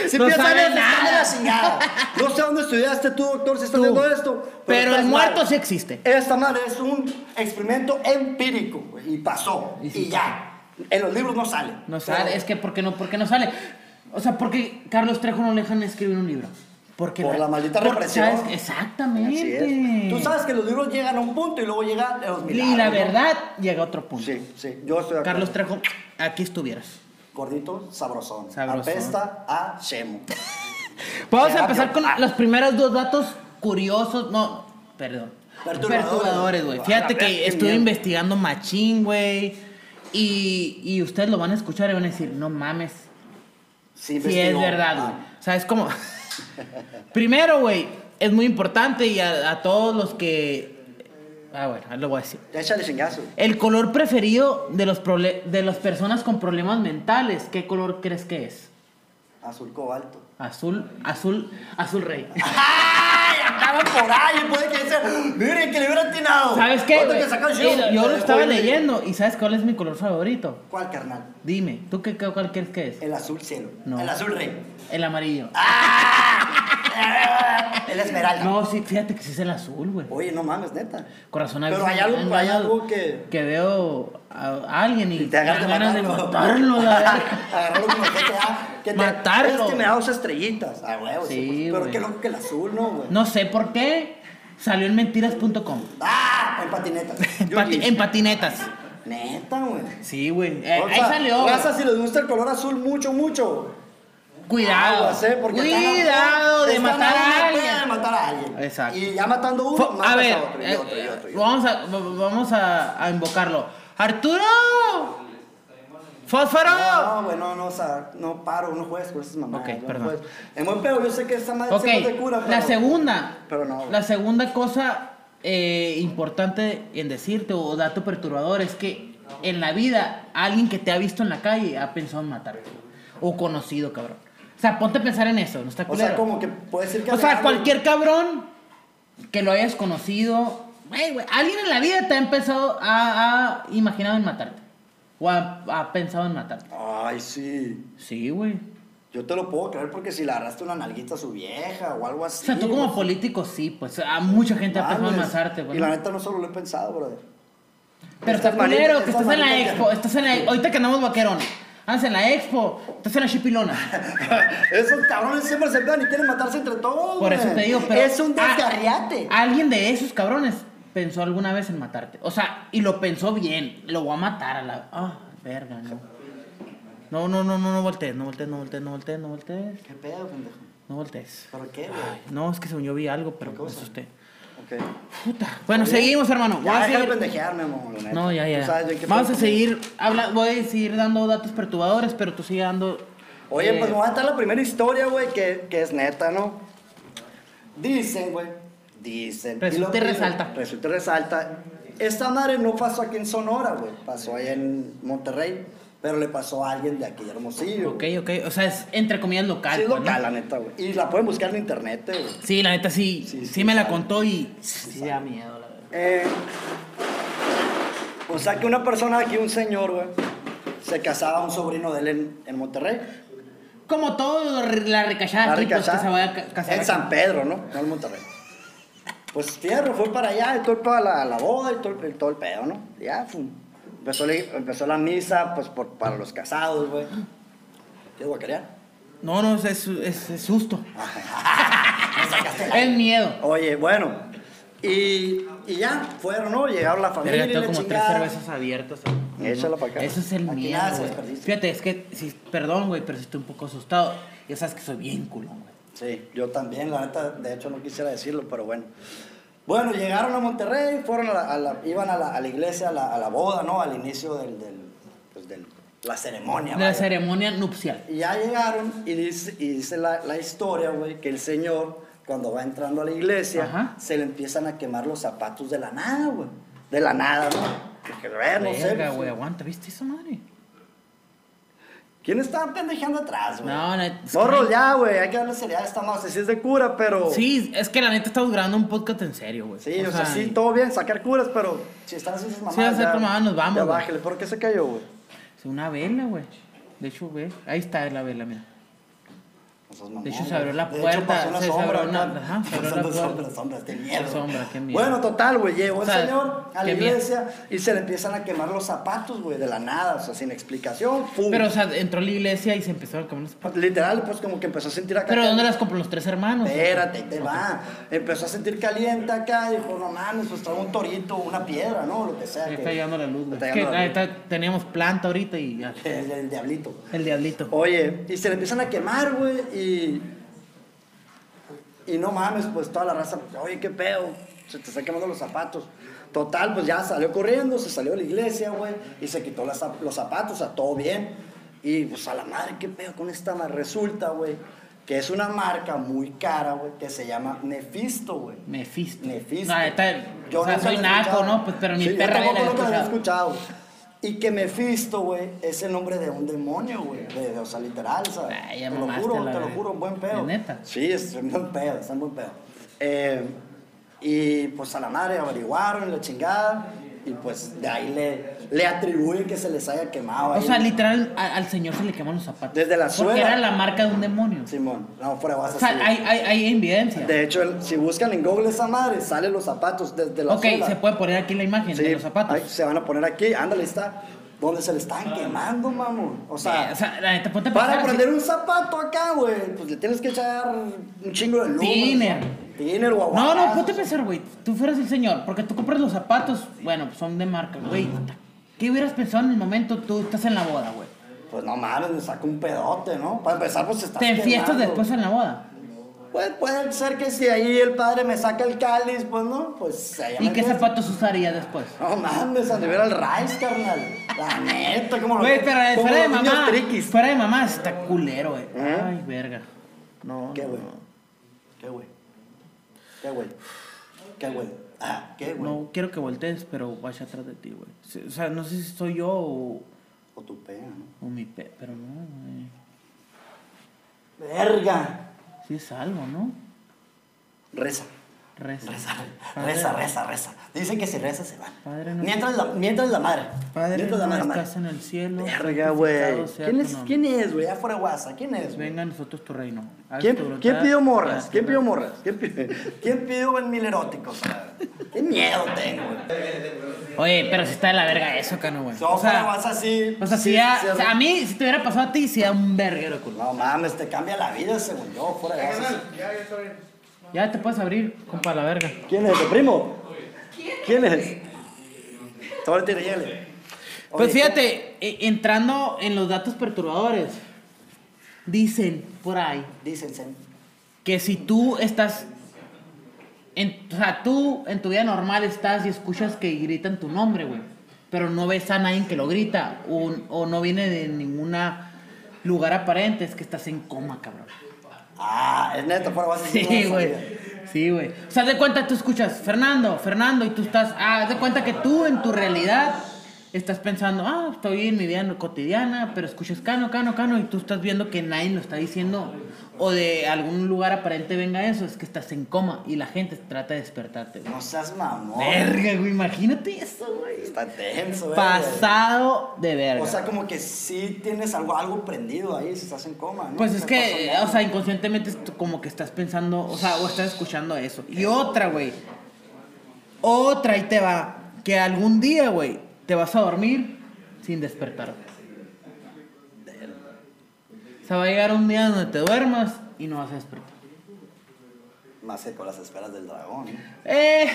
Speaker 2: Si
Speaker 1: No
Speaker 2: piensan
Speaker 1: saben
Speaker 2: eso, están de la
Speaker 1: nada.
Speaker 2: chingada. No sé dónde estudiaste tú, doctor, si estás
Speaker 1: Tú.
Speaker 2: viendo esto.
Speaker 1: Pero
Speaker 2: estás
Speaker 1: el muerto
Speaker 2: mal.
Speaker 1: sí existe.
Speaker 2: Esta madre es un experimento empírico, güey, y pasó,
Speaker 1: Y
Speaker 2: y,
Speaker 1: sí.
Speaker 2: ya. En los libros no sale.
Speaker 1: No sale, es que ¿por qué no? ¿Por qué no sale? O sea, porque Carlos Trejo no le dejan escribir un libro. Porque
Speaker 2: Por la maldita represión.
Speaker 1: ¿sabes? Exactamente.
Speaker 2: Así es. Tú sabes que los libros llegan a un punto y luego llegan a los milagros.
Speaker 1: Y la
Speaker 2: ¿no?
Speaker 1: verdad llega a otro punto.
Speaker 2: Sí, sí, yo estoy de acuerdo.
Speaker 1: Carlos Trejo, aquí estuvieras.
Speaker 2: Gordito, sabrosón.
Speaker 1: Sabrosón.
Speaker 2: Apesta a chemo.
Speaker 1: Vamos a
Speaker 2: Terapia.
Speaker 1: empezar con
Speaker 2: Ah.
Speaker 1: los primeros dos datos curiosos. No, perdón.
Speaker 2: Perturbadores.
Speaker 1: Perturbadores, güey.
Speaker 2: A
Speaker 1: Fíjate
Speaker 2: la
Speaker 1: que
Speaker 2: verga,
Speaker 1: estuve
Speaker 2: mierda.
Speaker 1: investigando machín, güey. Y, y ustedes lo van a escuchar y van a decir, no mames,
Speaker 2: Sí,
Speaker 1: sí es
Speaker 2: investigó.
Speaker 1: verdad,
Speaker 2: Ah,
Speaker 1: güey. O sea, es como... Primero, güey, es muy importante y a, a todos los que... Ah, bueno, ahí lo voy a decir.
Speaker 2: Échale chingazo.
Speaker 1: El color preferido de, los prole- de las personas con problemas mentales, ¿qué color crees que es?
Speaker 2: Azul cobalto.
Speaker 1: Azul, azul, azul rey.
Speaker 2: ¡Ay! Andaban por ahí. Puede que dice, miren que le hubiera atinado.
Speaker 1: ¿Sabes qué?
Speaker 2: Otro
Speaker 1: güey?
Speaker 2: que saca el
Speaker 1: Sí,
Speaker 2: show.
Speaker 1: yo lo estaba
Speaker 2: Oye,
Speaker 1: leyendo y ¿sabes cuál es mi color favorito?
Speaker 2: ¿Cuál, carnal?
Speaker 1: Dime, ¿tú qué, qué- cuál crees que es?
Speaker 2: El azul cielo.
Speaker 1: No.
Speaker 2: El azul rey.
Speaker 1: El amarillo.
Speaker 2: Ah. El esmeralda.
Speaker 1: No, sí, fíjate que sí es el azul, güey.
Speaker 2: Oye, no mames, neta.
Speaker 1: Corazón
Speaker 2: Pero
Speaker 1: abierto,
Speaker 2: hay algo-
Speaker 1: me dan
Speaker 2: hay
Speaker 1: ganas
Speaker 2: algo que-
Speaker 1: Que veo a alguien y
Speaker 2: Y te agarras
Speaker 1: me
Speaker 2: de
Speaker 1: dan ganas de
Speaker 2: matarlo.
Speaker 1: matarlo. la verdad.
Speaker 2: Agarrarlo como que te da. Que te,
Speaker 1: Matarlo.
Speaker 2: Es que me da dos estrellitas. Ah, huevo.
Speaker 1: Sí,
Speaker 2: pues,
Speaker 1: güey.
Speaker 2: Pero qué loco que el azul, ¿no, güey?
Speaker 1: No sé por qué salió en mentiras.com.
Speaker 2: ¡Ah! En patinetas.
Speaker 1: En, pati- en patinetas.
Speaker 2: Neta, güey.
Speaker 1: Sí, güey. Eh,
Speaker 2: O
Speaker 1: ahí
Speaker 2: sea,
Speaker 1: salió. güey.
Speaker 2: raza, si les gusta el color azul mucho, mucho.
Speaker 1: Cuidado.
Speaker 2: Aguas, ¿eh? Porque están a-
Speaker 1: Cuidado de
Speaker 2: están
Speaker 1: matar a
Speaker 2: una peda
Speaker 1: alguien.
Speaker 2: de matar a alguien.
Speaker 1: Exacto.
Speaker 2: Y ya matando uno,
Speaker 1: Fo-
Speaker 2: matas
Speaker 1: a ver,
Speaker 2: otro, y
Speaker 1: eh,
Speaker 2: otro, y otro, y otro.
Speaker 1: vamos, a, v- vamos a, a invocarlo. ¡Arturo! ¡Fósforo!
Speaker 2: No, güey, no, no, o sea, no paro, no juegues con esas mamadas.
Speaker 1: Ok,
Speaker 2: no
Speaker 1: perdón.
Speaker 2: juegues. En buen pedo, yo sé que esta madre
Speaker 1: Ok,
Speaker 2: se no te cura, pero...
Speaker 1: la segunda.
Speaker 2: pero no, güey.
Speaker 1: La segunda cosa eh, importante en decirte o dato perturbador es que en la vida alguien que te ha visto en la calle ha pensado en matarte. O conocido, cabrón. O sea, ponte a pensar en eso, no está
Speaker 2: O
Speaker 1: culero.
Speaker 2: sea, como que puede ser que...
Speaker 1: O sea,
Speaker 2: alguien-
Speaker 1: cualquier cabrón que lo hayas conocido, güey, güey, alguien en la vida te ha empezado a, a imaginado en matarte. O ha, ha pensado en matarte.
Speaker 2: Ay, sí.
Speaker 1: Sí, güey.
Speaker 2: Yo te lo puedo creer porque si le agarraste una nalguita a su vieja o algo
Speaker 1: O
Speaker 2: así.
Speaker 1: sea, tú como
Speaker 2: güey,
Speaker 1: político sí, pues a mucha gente ha pensado en
Speaker 2: mames.
Speaker 1: matarte, pues, güey.
Speaker 2: Y la neta no solo lo he pensado, brother.
Speaker 1: Pero
Speaker 2: estas
Speaker 1: estás culero,
Speaker 2: manitas-
Speaker 1: que
Speaker 2: estas
Speaker 1: estás en la
Speaker 2: manitas que-
Speaker 1: expo, estás en la... Ahorita que andamos vaquerones. Andas en la expo, estás en la chipilona.
Speaker 2: Esos cabrones siempre se pegan y quieren matarse entre todos.
Speaker 1: Por eso
Speaker 2: güey.
Speaker 1: te digo, pero... ah,
Speaker 2: Es un
Speaker 1: a-
Speaker 2: desgarriate.
Speaker 1: alguien de esos cabrones pensó alguna vez en matarte. O sea, y lo pensó bien. Lo voy a matar a la... Ah, verga, no. No, no, no, no, no voltees, no voltees, no voltees, no voltees, no voltees.
Speaker 2: ¿Qué pedo, pendejo?
Speaker 1: No voltees.
Speaker 2: ¿Pero qué,
Speaker 1: Ay,
Speaker 2: güey?
Speaker 1: no, es que según yo vi algo, pero
Speaker 2: ¿Qué
Speaker 1: me
Speaker 2: cosa?
Speaker 1: asusté.
Speaker 2: Ok. Ok.
Speaker 1: Puta. Bueno, seguimos, hermano. Voy
Speaker 2: Ya
Speaker 1: a
Speaker 2: deja de
Speaker 1: seguir-
Speaker 2: pendejearme, mamón, la neta.
Speaker 1: No, ya, ya.
Speaker 2: Tú sabes bien qué
Speaker 1: Vamos a
Speaker 2: pedo.
Speaker 1: seguir hablando, voy a seguir dando datos perturbadores, pero tú sigue dando.
Speaker 2: Oye,
Speaker 1: eh,
Speaker 2: pues me voy a contar la primera historia, güey, que, que es neta, ¿no? Dicen, güey. Dicen. y
Speaker 1: Resulta y
Speaker 2: lo-
Speaker 1: resalta.
Speaker 2: Resulta y resalta. Esta madre no pasó aquí en Sonora, güey. Pasó allá en Monterrey. Pero le pasó a alguien de aquí, de Hermosillo.
Speaker 1: Ok, ok. O sea, es entre comillas local.
Speaker 2: Sí, es
Speaker 1: pues, ¿no?
Speaker 2: local, la neta, güey. Y la pueden buscar en internet, eh, güey.
Speaker 1: Sí, la neta sí. Sí,
Speaker 2: Sí, sí,
Speaker 1: me la
Speaker 2: sabe.
Speaker 1: contó y. Sí, da miedo, la verdad.
Speaker 2: Eh, o sea que una persona de aquí, un señor, güey, se casaba a un sobrino de él en, en Monterrey.
Speaker 1: Como todo re- la recachada
Speaker 2: La
Speaker 1: aquí, pues,
Speaker 2: recachada.
Speaker 1: que se vaya a ca- casar.
Speaker 2: en
Speaker 1: aquí.
Speaker 2: San Pedro, ¿no? No en Monterrey. Pues fierro, fue para allá, y todo el pedo, la, la boda y todo, el- todo el pedo, ¿no? Ya, fum. Empezó, la- empezó la misa, pues por- para los casados, güey. ¿Qué guacarear?
Speaker 1: No, no, es, es, es- es susto. es miedo.
Speaker 2: Oye, bueno. Y, y ya, fueron, ¿no? Llegaron la familia.
Speaker 1: Verga,
Speaker 2: y
Speaker 1: tengo
Speaker 2: la
Speaker 1: como tres
Speaker 2: chingada.
Speaker 1: cervezas abiertas. ¿eh? ¿no?
Speaker 2: Échala pa' acá.
Speaker 1: Eso es el
Speaker 2: Aquí
Speaker 1: miedo.
Speaker 2: nada se
Speaker 1: güey.
Speaker 2: desperdicia.
Speaker 1: Fíjate, es que, sí, perdón, güey, pero sí estoy un poco asustado. Ya sabes que soy bien culón, güey.
Speaker 2: Sí, yo también, la neta, de hecho no quisiera decirlo, pero bueno. Bueno, llegaron a Monterrey, fueron a la- a la- iban a la, a la iglesia, a la, a la boda, ¿no? Al inicio del, del, pues, del- la ceremonia.
Speaker 1: De la
Speaker 2: vaya.
Speaker 1: ceremonia nupcial.
Speaker 2: Y ya llegaron y dice, y dice la, la historia, güey, que el señor, cuando va entrando a la iglesia,
Speaker 1: Ajá.
Speaker 2: se le empiezan a quemar los zapatos de la nada, güey. De la nada, ¿no? Que, ver, no sé.
Speaker 1: Verga,
Speaker 2: pues,
Speaker 1: güey, aguanta, ¿viste esa madre?
Speaker 2: ¿Quién está pendejeando atrás, güey?
Speaker 1: No, no, es-
Speaker 2: Morros, ya, güey, hay que darle seriedad a esta madre. Si es de cura, pero...
Speaker 1: Sí, es que la neta estamos grabando un podcast en serio, güey.
Speaker 2: Oh. Sí, o sea, sí, todo bien, sacar curas, pero si están haciendo sus mamadas.
Speaker 1: hacer
Speaker 2: ya-
Speaker 1: mamadas, nos vamos,
Speaker 2: Ya
Speaker 1: güey.
Speaker 2: bájale, ¿por qué se cayó, güey?
Speaker 1: es Una vela, güey. De hecho, ve, ahí está la vela, mira.
Speaker 2: No seas mamón,
Speaker 1: De hecho, se
Speaker 2: güey.
Speaker 1: abrió la
Speaker 2: De hecho,
Speaker 1: puerta,
Speaker 2: pasó una
Speaker 1: se
Speaker 2: sombra,
Speaker 1: abrió una-
Speaker 2: acá.
Speaker 1: ajá, se abrió la
Speaker 2: Pasando
Speaker 1: puerta.
Speaker 2: sombra, sombra, qué miedo.
Speaker 1: Sombra, qué miedo.
Speaker 2: Bueno, total, güey, llegó
Speaker 1: O sea,
Speaker 2: el señor a la
Speaker 1: qué miedo.
Speaker 2: iglesia y se le empiezan a quemar los zapatos, güey, de la nada, o sea, sin explicación. ¡pum!
Speaker 1: Pero, o sea, entró a la iglesia y se empezó a comer los zapatos.
Speaker 2: Literal, pues como que empezó a sentir acá.
Speaker 1: Pero
Speaker 2: que-
Speaker 1: ¿dónde las compró los tres hermanos?
Speaker 2: Espérate, ahí te va. Empezó a sentir caliente acá, dijo, no mames, pues trae un torito, una piedra, ¿no? Lo que sea.
Speaker 1: Ahí
Speaker 2: que-
Speaker 1: está llegando la luz, güey.
Speaker 2: Está
Speaker 1: Es que
Speaker 2: llegando la
Speaker 1: ahí
Speaker 2: luz.
Speaker 1: está, teníamos planta ahorita y ya.
Speaker 2: El- el diablito.
Speaker 1: El
Speaker 2: Oh.
Speaker 1: diablito.
Speaker 2: Oye, y se le empiezan a quemar, güey, y. Y no mames, pues toda la raza, oye, qué pedo, se te están quemando los zapatos. Total, pues ya salió corriendo, se salió de la iglesia, güey, y se quitó las zap- los zapatos, o sea, todo bien. Y pues a la madre, qué pedo con esta madre. Resulta, güey, que es una marca muy cara, güey, que se llama Nefisto, güey.
Speaker 1: Mefisto.
Speaker 2: Nefisto.
Speaker 1: No, neta, o sea,
Speaker 2: nunca
Speaker 1: soy
Speaker 2: lo he
Speaker 1: naco,
Speaker 2: escuchado.
Speaker 1: ¿no? Pues, pero mi
Speaker 2: Sí, yo
Speaker 1: perra
Speaker 2: tampoco
Speaker 1: vela
Speaker 2: nunca lo había
Speaker 1: escuchado.
Speaker 2: escuchado. Y que Mephisto, güey, es el nombre de un demonio, güey. De, de- o sea, literal, o sea,
Speaker 1: Ah, ya
Speaker 2: te lo
Speaker 1: mamaste
Speaker 2: juro,
Speaker 1: la
Speaker 2: te lo
Speaker 1: verga.
Speaker 2: juro, un buen pedo.
Speaker 1: ¿Es neta?
Speaker 2: Sí, es un buen pedo, es un buen pedo. Eh, y pues a la madre averiguaron la chingada. Y pues de ahí le, le atribuyen que se les haya quemado.
Speaker 1: O
Speaker 2: ahí,
Speaker 1: sea,
Speaker 2: ¿no?
Speaker 1: literal, a- al señor se le queman los zapatos.
Speaker 2: Desde la
Speaker 1: Porque
Speaker 2: suela.
Speaker 1: era la marca de un demonio.
Speaker 2: Simón, no, fuera vas
Speaker 1: O
Speaker 2: a
Speaker 1: sea, hay, hay, hay evidencia.
Speaker 2: De hecho, el- si buscan en Google esa madre, salen los zapatos desde la
Speaker 1: ok,
Speaker 2: suela.
Speaker 1: se puede poner aquí la imagen
Speaker 2: Sí,
Speaker 1: de los zapatos. Ah.
Speaker 2: ahí se van a poner aquí, ándale, ahí está. Donde se le están quemando, mamón. O
Speaker 1: Eh,
Speaker 2: sea,
Speaker 1: o sea, la neta, ponte a
Speaker 2: para
Speaker 1: pensar,
Speaker 2: prender un zapato acá, güey, pues le tienes que echar un chingo de luz.
Speaker 1: Tiner.
Speaker 2: Tiner, guau.
Speaker 1: No, no, ponte a pensar, güey. Tú fueras el señor, porque tú compras los zapatos, bueno, pues son de marca, güey. ¿Qué hubieras pensado en el momento tú estás en la boda, güey?
Speaker 2: Pues no mames, me saca un pedote, ¿no? Para empezar, pues estás
Speaker 1: Te enfiestas
Speaker 2: quemando.
Speaker 1: después en la boda.
Speaker 2: Pues puede ser que si ahí el padre me saca el cáliz, pues no, pues
Speaker 1: ¿Y
Speaker 2: allá me
Speaker 1: qué
Speaker 2: enfiestas.
Speaker 1: zapatos usarías después?
Speaker 2: No mames, a nivel al Rice, carnal. La neta, como
Speaker 1: Güey, pero eh,
Speaker 2: como
Speaker 1: fuera de
Speaker 2: los niños
Speaker 1: mamá.
Speaker 2: triquis.
Speaker 1: Fuera de mamá está culero, güey.
Speaker 2: ¿Eh?
Speaker 1: Ay, verga. No,
Speaker 2: ¿Qué,
Speaker 1: no,
Speaker 2: güey? ¿Qué, güey? ¿Qué, güey? ¿Qué, güey? Ah, ¿qué, güey?
Speaker 1: no quiero que voltees, pero vaya atrás de ti, güey. Sí, O sea, no sé si soy yo o,
Speaker 2: O tu pea, ¿no?
Speaker 1: o mi pe... Pero no, güey.
Speaker 2: ¡Verga!
Speaker 1: Sí es algo, ¿no?
Speaker 2: Reza.
Speaker 1: Reza.
Speaker 2: Reza,
Speaker 1: Padre-
Speaker 2: reza, reza, reza. Dicen que si reza se va.
Speaker 1: Padre nuestro-
Speaker 2: mientras, la, mientras la madre.
Speaker 1: Padre,
Speaker 2: mientras
Speaker 1: no
Speaker 2: la madre.
Speaker 1: estás en el cielo.
Speaker 2: Verga,
Speaker 1: santificado
Speaker 2: güey.
Speaker 1: sea
Speaker 2: ¿Quién
Speaker 1: tu
Speaker 2: es,
Speaker 1: nombre.
Speaker 2: ¿Quién es, güey? Afuera de guasa. ¿Quién es, güey?
Speaker 1: Venga a nosotros tu reino. Haz
Speaker 2: ¿Quién,
Speaker 1: tu voluntad
Speaker 2: quién pidió morras?
Speaker 1: en
Speaker 2: ¿Quién
Speaker 1: la
Speaker 2: pidió
Speaker 1: tierra.
Speaker 2: morras? ¿Quién pidió, ¿quién pidió en mil eróticos? cabrón? ¡Qué miedo tengo, güey!
Speaker 1: Oye, pero si está de la verga eso, cano, güey.
Speaker 2: O sea, vas así.
Speaker 1: o sea, si
Speaker 2: sí,
Speaker 1: ya-
Speaker 2: sí,
Speaker 1: o sea, a mí, si te hubiera pasado a ti, si da un verguero de culo.
Speaker 2: No mames, te cambia la vida, según yo, fuera de guasa.
Speaker 1: Ya te puedes abrir, compa, la verga.
Speaker 2: ¿Quién es tu primo? ¿Quién es? Sobre ti, Riele.
Speaker 1: Pues
Speaker 2: Oye,
Speaker 1: fíjate, e- entrando en los datos perturbadores, dicen por ahí
Speaker 2: Dicen, Sen.
Speaker 1: que si tú estás en- o sea, tú en tu vida normal estás y escuchas que gritan tu nombre, güey. Pero no ves a nadie que lo grita o, o no viene de ningún lugar aparente. Es que estás en coma, cabrón.
Speaker 2: Ah, es neto, pero vas a decir,
Speaker 1: Sí,
Speaker 2: no
Speaker 1: güey.
Speaker 2: sabía.
Speaker 1: Sí, güey. O sea, haz de cuenta tú escuchas Fernando, Fernando, y tú estás. Ah, haz de cuenta que tú en tu realidad estás pensando, ah, estoy en mi vida no- cotidiana, pero escuchas cano, cano, cano, y tú estás viendo que nadie lo está diciendo o de algún lugar aparente venga eso. Es que estás en coma y la gente trata de despertarte, güey.
Speaker 2: No seas mamón.
Speaker 1: Verga, güey, imagínate eso, güey.
Speaker 2: Está tenso, güey.
Speaker 1: Pasado de verga.
Speaker 2: O sea, como que sí tienes algo, algo prendido ahí si estás en coma, ¿no?
Speaker 1: Pues es
Speaker 2: Me
Speaker 1: que,
Speaker 2: pasó
Speaker 1: o sea, inconscientemente es t- como que estás pensando, o sea, o estás escuchando eso. Y otra, güey. Otra, y te va. Que algún día, güey, te vas a dormir sin despertar. O sea, va a llegar un día donde te duermas y no vas a despertar.
Speaker 2: Más que con las esperas del dragón. ¿no?
Speaker 1: Eh,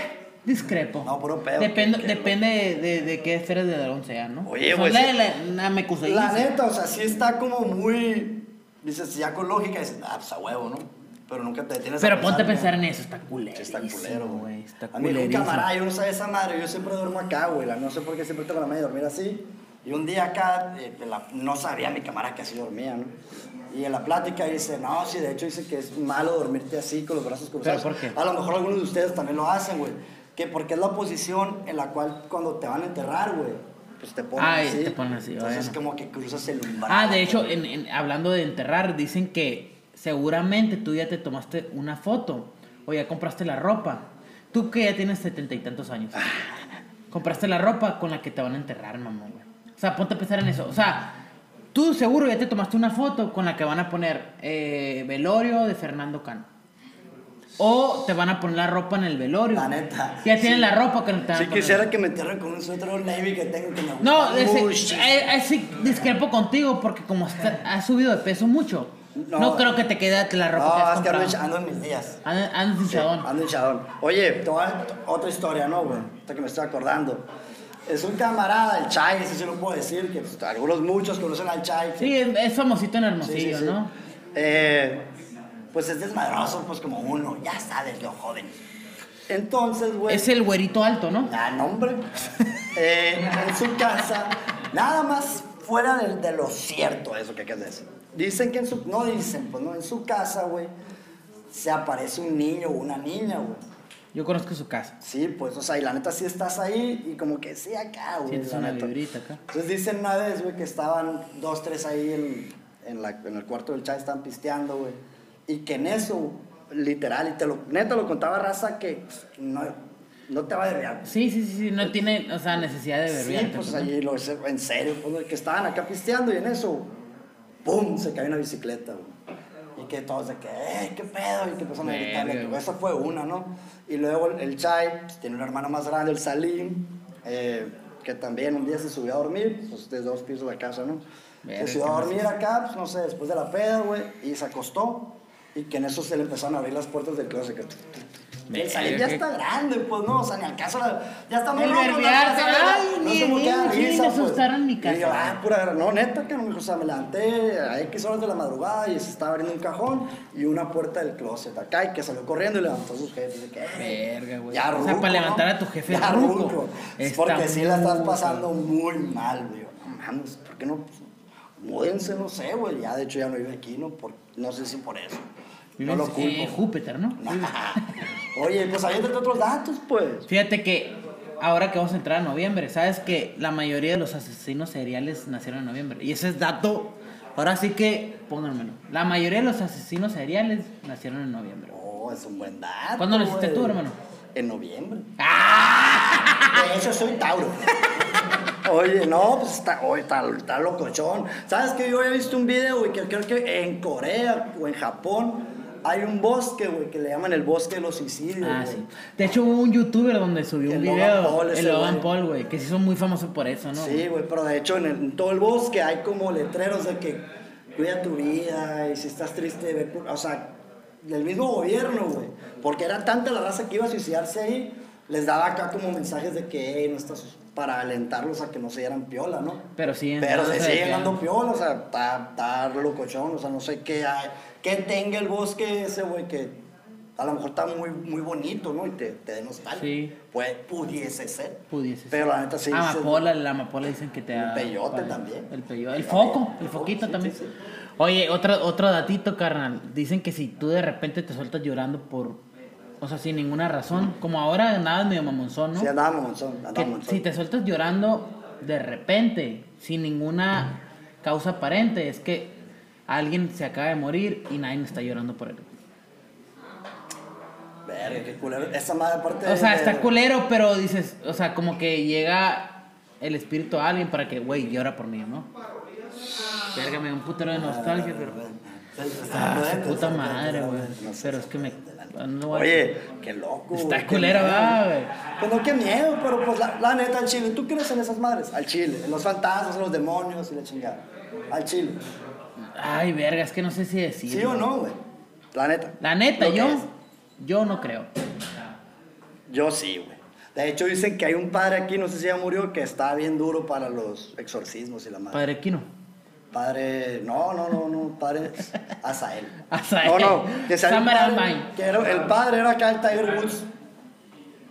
Speaker 1: discrepo.
Speaker 2: No, puro pedo.
Speaker 1: Depende,
Speaker 2: Que-
Speaker 1: depende de, de- de qué esferas de dragón sea, ¿no?
Speaker 2: Oye,
Speaker 1: Son
Speaker 2: güey,
Speaker 1: la
Speaker 2: sí.
Speaker 1: de la- la Mekusei,
Speaker 2: La
Speaker 1: sí.
Speaker 2: neta, o sea, sí está como muy. Dices, ya con lógica, dices, ah, pues a huevo, ¿no? Pero nunca te detienes
Speaker 1: Pero ponte a pensar
Speaker 2: que-
Speaker 1: en eso, está culero.
Speaker 2: que Está culero,
Speaker 1: güey.
Speaker 2: güey.
Speaker 1: Está
Speaker 2: A mí un
Speaker 1: culerísimo.
Speaker 2: camarada, yo no sabía esa madre, yo siempre duermo acá, güey. la- No sé por qué siempre tengo la madre de dormir así. Y un día acá, eh, en la- no sabía mi camarada que así dormía, ¿no? Y en la plática dice, no, sí, de hecho dice que es malo dormirte así, con los brazos cruzados.
Speaker 1: ¿Pero por qué?
Speaker 2: A lo mejor algunos de ustedes también lo hacen, güey. Que porque es la posición en la cual cuando te van a enterrar, güey, pues te ponen
Speaker 1: Ay,
Speaker 2: así.
Speaker 1: te ponen así,
Speaker 2: Entonces
Speaker 1: bueno.
Speaker 2: como que cruzas el umbral.
Speaker 1: Ah, de hecho, en- en- hablando de enterrar, dicen que seguramente tú ya te tomaste una foto o ya compraste la ropa. Tú que ya tienes setenta y tantos años.
Speaker 2: Ah.
Speaker 1: Compraste la ropa con la que te van a enterrar, mamón, güey. O sea, ponte a pensar en eso. O sea, tú seguro ya te tomaste una foto con la que van a poner eh, velorio de Fernando Cano. O te van a poner la ropa en el velorio.
Speaker 2: La neta.
Speaker 1: Ya tienen la ropa que te van a
Speaker 2: Sí
Speaker 1: poner.
Speaker 2: quisiera que me entierren con un suéter navy que tengo que me gusta
Speaker 1: No, ese,
Speaker 2: mucho.
Speaker 1: eh, ese discrepo contigo porque como está- has subido de peso mucho, no,
Speaker 2: No.
Speaker 1: creo que te quede la ropa que
Speaker 2: No,
Speaker 1: has
Speaker 2: es que
Speaker 1: comprado. Ah,
Speaker 2: ando, hincha- ando en mis días.
Speaker 1: Andas- andas
Speaker 2: Sí,
Speaker 1: hinchadón.
Speaker 2: ando hinchadón. Oye, te voy a- otra historia, ¿no, güey? Esta que me estoy acordando. Es un camarada, el Chai, eso sí lo puedo decir, que pues, algunos muchos conocen al Chai. que-
Speaker 1: Sí, es, es famosito en
Speaker 2: sí, sí,
Speaker 1: Hermosillo,
Speaker 2: sí.
Speaker 1: ¿no?
Speaker 2: Eh, pues es desmadroso, pues como uno, ya sabes, lo joven. Entonces, güey.
Speaker 1: Es el güerito alto, ¿no?
Speaker 2: Ah, no, hombre. Eh, en su casa, nada más fuera de, de lo cierto, eso que quieres decir. Dicen que en su. No dicen, pues no, en su casa, güey, se aparece un niño o una niña, güey.
Speaker 1: Yo conozco su casa.
Speaker 2: Sí, pues, o sea, y la neta sí estás ahí y como que sí acá, güey.
Speaker 1: Sientes
Speaker 2: la
Speaker 1: una
Speaker 2: neta.
Speaker 1: vibrita acá.
Speaker 2: Entonces dicen una vez, güey, que estaban dos, tres ahí en, en la- en el cuarto del chat, estaban pisteando, güey. Y que en eso, literal, y te lo, neta lo contaba raza que pues, no, no te va a desviar.
Speaker 1: Sí, sí, sí, sí, no tiene, o sea, necesidad de beber.
Speaker 2: Sí, pues allí, lo, en serio, pues, que estaban acá pisteando y en eso, ¡pum! se cayó una bicicleta, güey. Y que todos de que, ¡eh, qué pedo! Y que empezaron a gritarle,
Speaker 1: Verga,
Speaker 2: que
Speaker 1: güey.
Speaker 2: esa fue una, ¿no? Y luego el, el Chai, pues, tiene un hermano más grande, el Salim, eh, que también un día se subió a dormir, pues de dos pisos de la casa, ¿no?
Speaker 1: Verga,
Speaker 2: se subió
Speaker 1: qué
Speaker 2: a dormir acá, pues no sé, después de la peda, güey, y se acostó. Y que en eso se le empezaron a abrir las puertas del closet. que- que El Salim ya
Speaker 1: Verga.
Speaker 2: está grande, pues no, o sea, ni al caso, la- ya está
Speaker 1: El
Speaker 2: no, no, no,
Speaker 1: verbear,
Speaker 2: no, no,
Speaker 1: ay,
Speaker 2: no, no
Speaker 1: ni
Speaker 2: sé por qué
Speaker 1: bien,
Speaker 2: da
Speaker 1: sí,
Speaker 2: risa,
Speaker 1: me
Speaker 2: pues.
Speaker 1: asustaron mi casa.
Speaker 2: Y yo, ah, pura, no, neta, que no, o sea, me levanté a X horas de la madrugada y se estaba abriendo un cajón y una puerta del closet acá y que salió corriendo y levantó a sus jefes. de que, eh,
Speaker 1: Verga, güey.
Speaker 2: Ya
Speaker 1: O sea,
Speaker 2: ruco,
Speaker 1: para
Speaker 2: ¿no?
Speaker 1: levantar a tu jefe
Speaker 2: Ya
Speaker 1: ruco.
Speaker 2: ruco. Es
Speaker 1: Está
Speaker 2: Porque sí la estás
Speaker 1: muy
Speaker 2: pasando muy mal, güey. No mames, ¿por qué no? Múdense, no sé, güey. Ya, de hecho, ya no vive aquí, ¿no? Por, no sé si por eso. No
Speaker 1: Vives
Speaker 2: lo culpo.
Speaker 1: en eh, Júpiter, ¿no?
Speaker 2: Oye, pues ahí entre otros datos, pues.
Speaker 1: Fíjate que ahora que vamos a entrar a noviembre, sabes que la mayoría de los asesinos seriales nacieron en noviembre. Y ese es dato. Ahora sí que pónganmelo. La mayoría de los asesinos seriales nacieron en noviembre.
Speaker 2: Oh, es un buen dato.
Speaker 1: ¿Cuándo naciste
Speaker 2: güey.
Speaker 1: tú, hermano?
Speaker 2: En noviembre. Ah, De hecho, soy Tauro. Oye, no, pues está, oye, está, está locochón. ¿Sabes que Yo había visto un video, güey, que creo que en Corea o en Japón hay un bosque, güey, que le llaman el bosque de los suicidios,
Speaker 1: Ah,
Speaker 2: güey.
Speaker 1: sí. De hecho, hubo un youtuber donde subió un
Speaker 2: El Logan
Speaker 1: video.
Speaker 2: Paul ese
Speaker 1: el Logan
Speaker 2: güey.
Speaker 1: Paul, güey. Que se hizo muy famoso por eso, ¿no?
Speaker 2: Sí, güey, pero de hecho en, el- en todo el bosque hay como letreros de que cuida tu vida y si estás triste, ve por- o sea, del mismo gobierno, güey, porque era tanta la raza que iba a suicidarse ahí, les daba acá como mensajes de que "Ey, no estás para alentarlos a que no se dieran piola, ¿no?
Speaker 1: Pero siguen
Speaker 2: Pero se
Speaker 1: dándose de
Speaker 2: siguen
Speaker 1: piola.
Speaker 2: dando piola, o sea, está, está locochón, o sea, no sé qué hay, qué tenga el bosque ese, güey, que a lo mejor está muy, muy bonito, ¿no? Y te, te da nostalgia.
Speaker 1: Sí.
Speaker 2: Pues pudiese ser.
Speaker 1: Pudiese
Speaker 2: Pero la neta sí. sí,
Speaker 1: Ah, Amapola, la amapola dicen que te
Speaker 2: El
Speaker 1: da.
Speaker 2: peyote
Speaker 1: para-
Speaker 2: también.
Speaker 1: El peyote. El
Speaker 2: También.
Speaker 1: foco, el
Speaker 2: El foco,
Speaker 1: foquito
Speaker 2: sí,
Speaker 1: también.
Speaker 2: sí, sí.
Speaker 1: Oye, otro, otro datito, carnal. Dicen que si tú de repente te sueltas llorando por. O sea, sin ninguna razón. Como ahora nada medio mamonzón, ¿no?
Speaker 2: Sí, andábamos monzón, andábamos
Speaker 1: que
Speaker 2: monzón.
Speaker 1: si te sueltas llorando de repente, sin ninguna causa aparente, es que alguien se acaba de morir y nadie está llorando por él.
Speaker 2: Verga, qué culero. Esa madre aparte.
Speaker 1: O sea,
Speaker 2: de-
Speaker 1: está culero, pero dices, o sea, como que llega el espíritu a alguien para que, güey, llora por mí, ¿no? Verga, me da un putero de nostalgia, pero. Ah, su puta madre, güey. Pero es que me. no voy a-
Speaker 2: Oye, qué loco.
Speaker 1: Está
Speaker 2: güey,
Speaker 1: culero,
Speaker 2: qué miedo.
Speaker 1: ¿verdad, güey?
Speaker 2: Pues no, qué miedo, pero pues la, la neta, al chile. ¿Tú crees en esas madres? Al chile. En los fantasmas, en los demonios y la chingada. Al chile.
Speaker 1: Ay, verga, es que no sé si decir.
Speaker 2: ¿Sí, o no, güey? La neta.
Speaker 1: La neta,
Speaker 2: Lo que
Speaker 1: yo.
Speaker 2: es.
Speaker 1: Yo no creo.
Speaker 2: Yo sí, güey. De hecho, dicen que hay un padre aquí, no sé si ya murió, que está bien duro para los exorcismos y la madre.
Speaker 1: Padre Quino.
Speaker 2: Padre, no, no, no, no, padre Azael.
Speaker 1: Azael.
Speaker 2: No, no, que sea el
Speaker 1: Summer and
Speaker 2: padre,
Speaker 1: Mine.
Speaker 2: que era- el padre era acá el Tiger Woods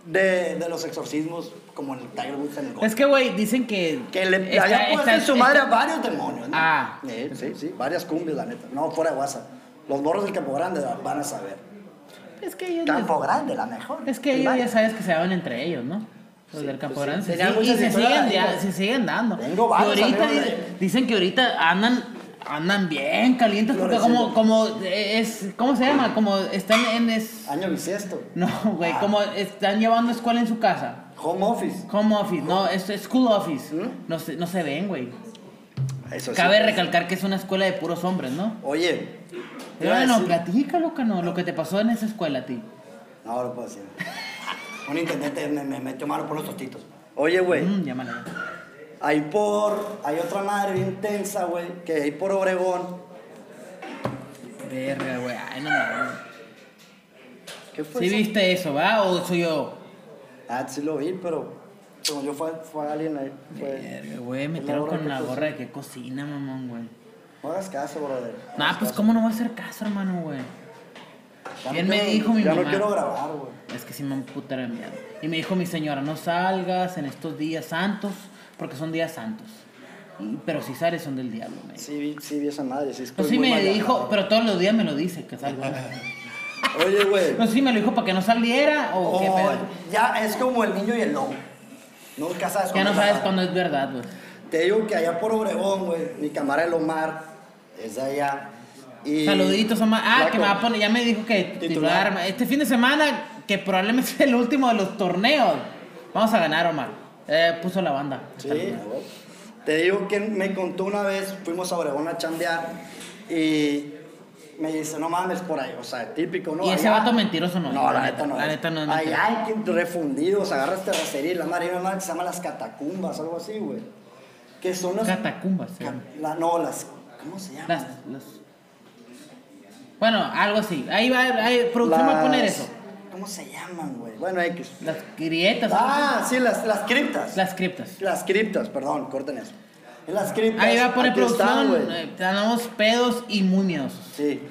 Speaker 2: de, de los exorcismos, como el Tiger Woods en el golf.
Speaker 1: Es que, güey, dicen que.
Speaker 2: Que le
Speaker 1: está-
Speaker 2: había puesto
Speaker 1: está-
Speaker 2: en su madre
Speaker 1: está-
Speaker 2: a varios demonios. ¿no?
Speaker 1: Ah.
Speaker 2: Eh, Sí, sí, varias cumbias, la neta. No, fuera de WhatsApp. Los morros del Campo Grande la van a saber.
Speaker 1: Es que ellos.
Speaker 2: Campo Grande, la mejor.
Speaker 1: Es que ellos
Speaker 2: Primaria.
Speaker 1: ya sabes que se daban entre ellos, ¿no? Los del Campo
Speaker 2: pues sí.
Speaker 1: Grande. se
Speaker 2: Tenían
Speaker 1: siguen- y
Speaker 2: muchas
Speaker 1: se
Speaker 2: historias
Speaker 1: siguen,
Speaker 2: ahí,
Speaker 1: ya-
Speaker 2: ¿no?
Speaker 1: se siguen dando.
Speaker 2: Tengo
Speaker 1: y
Speaker 2: varios
Speaker 1: ahorita
Speaker 2: amigos
Speaker 1: di-
Speaker 2: de-
Speaker 1: dicen que ahorita andan andan bien calientes porque
Speaker 2: Floreciendo.
Speaker 1: como como es cómo se llama como están en es
Speaker 2: Año bisiesto.
Speaker 1: no güey
Speaker 2: Ah.
Speaker 1: como están llevando escuela en su casa
Speaker 2: Home office.
Speaker 1: home office no es es school office
Speaker 2: ¿Mm?
Speaker 1: no se no se ven güey
Speaker 2: Eso sí.
Speaker 1: cabe recalcar que es una escuela de puros hombres no
Speaker 2: Oye. te iba a
Speaker 1: bueno
Speaker 2: decir- Ah.
Speaker 1: platícalo cano lo que te pasó en esa escuela a ti
Speaker 2: No, lo puedo decir. Un intendente me, me metió malo por los tostitos. Oye, güey,
Speaker 1: Mm, llámala.
Speaker 2: hay por. Hay otra madre bien tensa, güey, que hay por Obregón.
Speaker 1: verga güey ay no mames.
Speaker 2: ¿Qué fue?
Speaker 1: Sí
Speaker 2: eso?
Speaker 1: viste eso, ¿va? ¿O soy yo?
Speaker 2: Ah, sí lo vi, pero. Como yo fue, fue alguien ahí. Fue,
Speaker 1: Verga, Güey, me
Speaker 2: fue
Speaker 1: tiraron
Speaker 2: obra
Speaker 1: con
Speaker 2: Pues, que pues
Speaker 1: la
Speaker 2: tú-
Speaker 1: gorra de que cocina, mamón, güey.
Speaker 2: No hagas caso, brother.
Speaker 1: No,
Speaker 2: hagas
Speaker 1: pues
Speaker 2: caso.
Speaker 1: cómo no voy a hacer caso, hermano, güey.
Speaker 2: Ya
Speaker 1: ¿Quién
Speaker 2: no
Speaker 1: me
Speaker 2: quiero-
Speaker 1: dijo mi
Speaker 2: ya
Speaker 1: mamá?
Speaker 2: no quiero grabar, güey.
Speaker 1: Es que sí me putera de miedo. Y me dijo mi señora, no salgas en estos días santos, porque son días santos. Y- pero si sales son del diablo, güey.
Speaker 2: Sí, vi- sí vi esa madre. Sí,
Speaker 1: Pues
Speaker 2: estoy
Speaker 1: sí
Speaker 2: muy
Speaker 1: me
Speaker 2: mal
Speaker 1: dijo,
Speaker 2: hablado.
Speaker 1: pero todos los días me lo dice que salgo.
Speaker 2: Oye, güey.
Speaker 1: No sé si me lo dijo para que no saliera o Pues, qué
Speaker 2: como-
Speaker 1: pedo.
Speaker 2: ya es como el niño y el lobo. Nunca sabes
Speaker 1: Ya
Speaker 2: cuándo
Speaker 1: no
Speaker 2: la
Speaker 1: sabes
Speaker 2: va.
Speaker 1: cuándo es verdad, güey.
Speaker 2: Te digo que allá por Obregón, güey, mi cámara el Omar es de allá. Y
Speaker 1: Saluditos, Omar. Ah,
Speaker 2: Flaco,
Speaker 1: que me va a poner, ya me dijo que
Speaker 2: Titular.
Speaker 1: titular. ma- Este fin de semana, que probablemente es el último de los torneos. Vamos a ganar, Omar. Eh, puso la banda.
Speaker 2: Sí, güey. te digo que me contó una vez, fuimos a Obregón a chambear y me dice, no mames por ahí, o sea, típico, ¿no?
Speaker 1: Y ese
Speaker 2: Allá-
Speaker 1: vato mentiroso no es,
Speaker 2: No, la, neta no.
Speaker 1: La
Speaker 2: es.
Speaker 1: neta no es
Speaker 2: Allá hay que refundidos, agarras terracería y la madre, hay una madre que se llama las catacumbas, algo así, güey. Que son las.
Speaker 1: Catacumbas. se llama.
Speaker 2: Ca- la- no, las. ¿Cómo se llama?
Speaker 1: Las, las- Bueno, algo así. Ahí va, ahí, producción va a poner
Speaker 2: Las-
Speaker 1: eso.
Speaker 2: ¿Cómo se llaman, güey? Bueno, X.
Speaker 1: Las grietas. algo
Speaker 2: Ah, sí, las, las criptas.
Speaker 1: así. Las criptas.
Speaker 2: Las criptas, perdón, corten eso. En las criptas.
Speaker 1: Ahí va a poner
Speaker 2: aquí están,
Speaker 1: producción.
Speaker 2: güey.
Speaker 1: eh, Tenemos pedos y muy miedosos.
Speaker 2: Sí.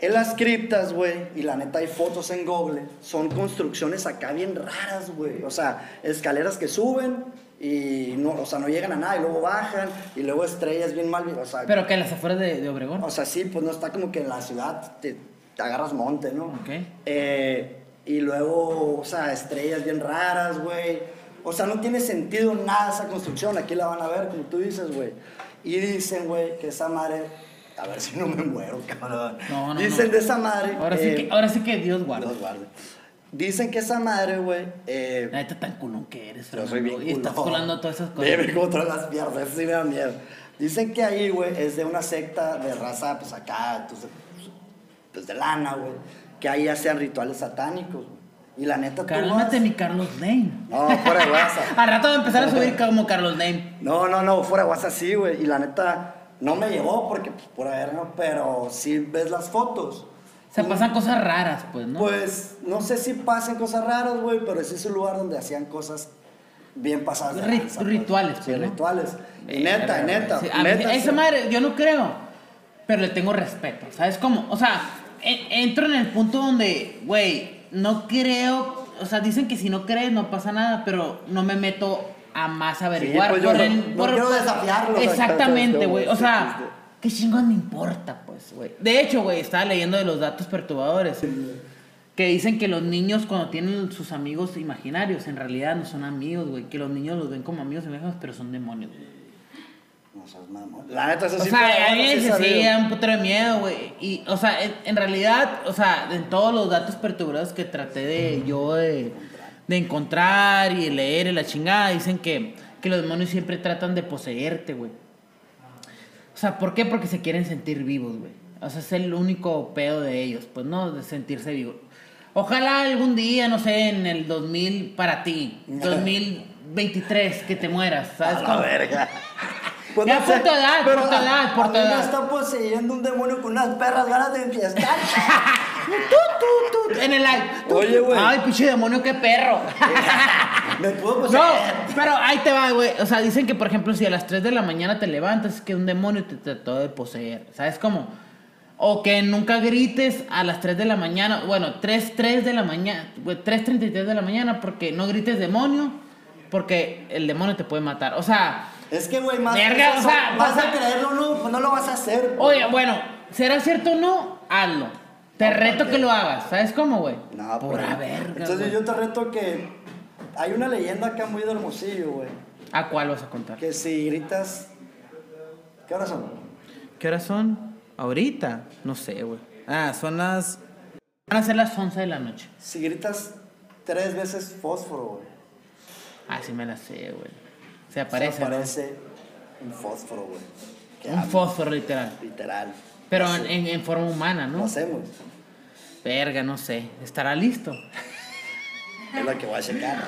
Speaker 2: En las criptas, güey, y la neta hay fotos en Google, son construcciones acá bien raras, güey. O sea, escaleras que suben y no, o sea, no llegan a nada y luego bajan y luego estrellas bien mal, o sea,
Speaker 1: Pero que las afueras de, de Obregón.
Speaker 2: o sea, sí, pues no está como que en la ciudad te, te agarras monte, ¿no?
Speaker 1: Ok.
Speaker 2: Eh, y luego, o sea, estrellas bien raras, güey. O sea, no tiene sentido nada esa construcción. Aquí la van a ver, como tú dices, güey. Y dicen, güey, que esa madre. A ver si no me muero, cabrón.
Speaker 1: No, no,
Speaker 2: dicen
Speaker 1: no.
Speaker 2: de esa madre.
Speaker 1: ahora,
Speaker 2: eh,
Speaker 1: sí que, ahora sí que Dios guarda.
Speaker 2: Dios guarde. Dicen que esa madre, güey. eh,
Speaker 1: La neta tan culón que eres,
Speaker 2: yo
Speaker 1: Fernando.
Speaker 2: soy bien
Speaker 1: Y estás
Speaker 2: culón.
Speaker 1: colando todas esas cosas.
Speaker 2: Dime cómo traen las piernas, eso sí me da miedo. Dicen que ahí, güey, es de una secta de raza, pues acá, entonces, pues de lana, güey. Que ahí hacen rituales satánicos, güey. Y la neta, tú
Speaker 1: Cálmate,
Speaker 2: vas-
Speaker 1: mi Carlos Lane.
Speaker 2: No, fuera de WhatsApp.
Speaker 1: Al rato va a empezar a subir como Carlos Lane.
Speaker 2: No, no, no, fuera de WhatsApp sí, güey. Y la neta, no me llevó porque, pues, por haber, ¿no? Pero sí ves las fotos.
Speaker 1: Se pasan cosas raras, pues, ¿no?
Speaker 2: Pues, no sé si pasen cosas raras, güey, pero sí es un lugar donde hacían cosas bien pasadas. de
Speaker 1: Ri-
Speaker 2: lanza, pues.
Speaker 1: rituales,
Speaker 2: Sí,
Speaker 1: pues, ¿no?
Speaker 2: rituales. Y neta, y neta.
Speaker 1: Sí, a mí-
Speaker 2: neta,
Speaker 1: esa
Speaker 2: sí.
Speaker 1: madre, yo no creo. Pero le tengo respeto. ¿Sabes cómo? O sea, e- entro en el punto donde, güey, no creo. O sea, dicen que si no crees no pasa nada, pero no me meto a más averiguar.
Speaker 2: pues yo
Speaker 1: por
Speaker 2: no-
Speaker 1: el,
Speaker 2: no
Speaker 1: por-
Speaker 2: quiero desafiarlo.
Speaker 1: Exactamente, güey. O
Speaker 2: Sí,
Speaker 1: sea,
Speaker 2: sí, sí.
Speaker 1: ¿qué chingón me importa, pues, güey? De hecho, güey, estaba leyendo de los datos perturbadores. Que dicen que los niños cuando tienen sus amigos imaginarios, en realidad no son amigos, güey. Que los niños los ven como amigos imaginarios, pero son demonios, güey.
Speaker 2: No seas mamón. La neta, eso
Speaker 1: O
Speaker 2: sí.
Speaker 1: sea,
Speaker 2: pero
Speaker 1: a mí
Speaker 2: bueno,
Speaker 1: me
Speaker 2: sí
Speaker 1: dice, sí,
Speaker 2: sabía.
Speaker 1: da un puto de miedo, güey. Y, o sea, en, en realidad, o sea, en todos los datos perturbados que traté de yo de, de encontrar y de leer y la chingada, dicen que, que los demonios siempre tratan de poseerte, güey. O sea, ¿por qué? Porque se quieren sentir vivos, güey. O sea, es el único pedo de ellos, pues, ¿no? De sentirse vivos. Ojalá algún día, no sé, en el 2000 para ti, 2023, que te mueras, ¿sabes?
Speaker 2: A la
Speaker 1: cómo?
Speaker 2: verga. Pues
Speaker 1: Ya por tu edad, por tu
Speaker 2: a-
Speaker 1: edad, por
Speaker 2: a
Speaker 1: tu
Speaker 2: mí
Speaker 1: edad.
Speaker 2: me está poseyendo un demonio con unas perras ganas de enfiestar.
Speaker 1: Tú, tú, tú, en el aire. Tú,
Speaker 2: Oye,
Speaker 1: tú.
Speaker 2: güey.
Speaker 1: Ay, pinche demonio, qué perro.
Speaker 2: me pudo
Speaker 1: no,
Speaker 2: poseer.
Speaker 1: pero ahí te va, güey. O sea, dicen que, por ejemplo, si a las 3 de la mañana te levantas, es que un demonio te trató de poseer. ¿Sabes cómo? O que nunca grites a las 3 de la mañana. Bueno, 3, 3 de la mañana. güey, 3.33 de la mañana porque no grites demonio, porque el demonio te puede matar. O sea,
Speaker 2: Es que, güey, más,
Speaker 1: Verga,
Speaker 2: que
Speaker 1: o sea,
Speaker 2: vas
Speaker 1: o sea-
Speaker 2: a creerlo, no, pues no lo vas a hacer.
Speaker 1: oye, bueno, ¿será cierto o no? Hazlo. Te
Speaker 2: No,
Speaker 1: reto
Speaker 2: porque-
Speaker 1: que lo hagas. ¿Sabes cómo, güey?
Speaker 2: No,
Speaker 1: por
Speaker 2: pero-
Speaker 1: la verga.
Speaker 2: Entonces
Speaker 1: güey.
Speaker 2: yo te reto que hay una leyenda acá muy de Hermosillo, güey,
Speaker 1: ¿A cuál vas a contar?
Speaker 2: que si gritas ¿Qué hora son?
Speaker 1: ¿Qué horas son? Ahorita. No sé, güey. Ah, son las. Van a ser las 11 de la noche.
Speaker 2: Si gritas tres veces fósforo, güey.
Speaker 1: Ah, sí me las sé, güey. Se aparece.
Speaker 2: Parece.
Speaker 1: ¿no?
Speaker 2: Parece un fósforo, güey. Que
Speaker 1: Un
Speaker 2: habla,
Speaker 1: fósforo, literal.
Speaker 2: literal.
Speaker 1: Pero
Speaker 2: Lo
Speaker 1: en,
Speaker 2: hace-
Speaker 1: en- en forma humana,
Speaker 2: Lo
Speaker 1: ¿no?
Speaker 2: hacemos.
Speaker 1: Verga, no sé. ¿Estará listo?
Speaker 2: Es lo que voy a checar.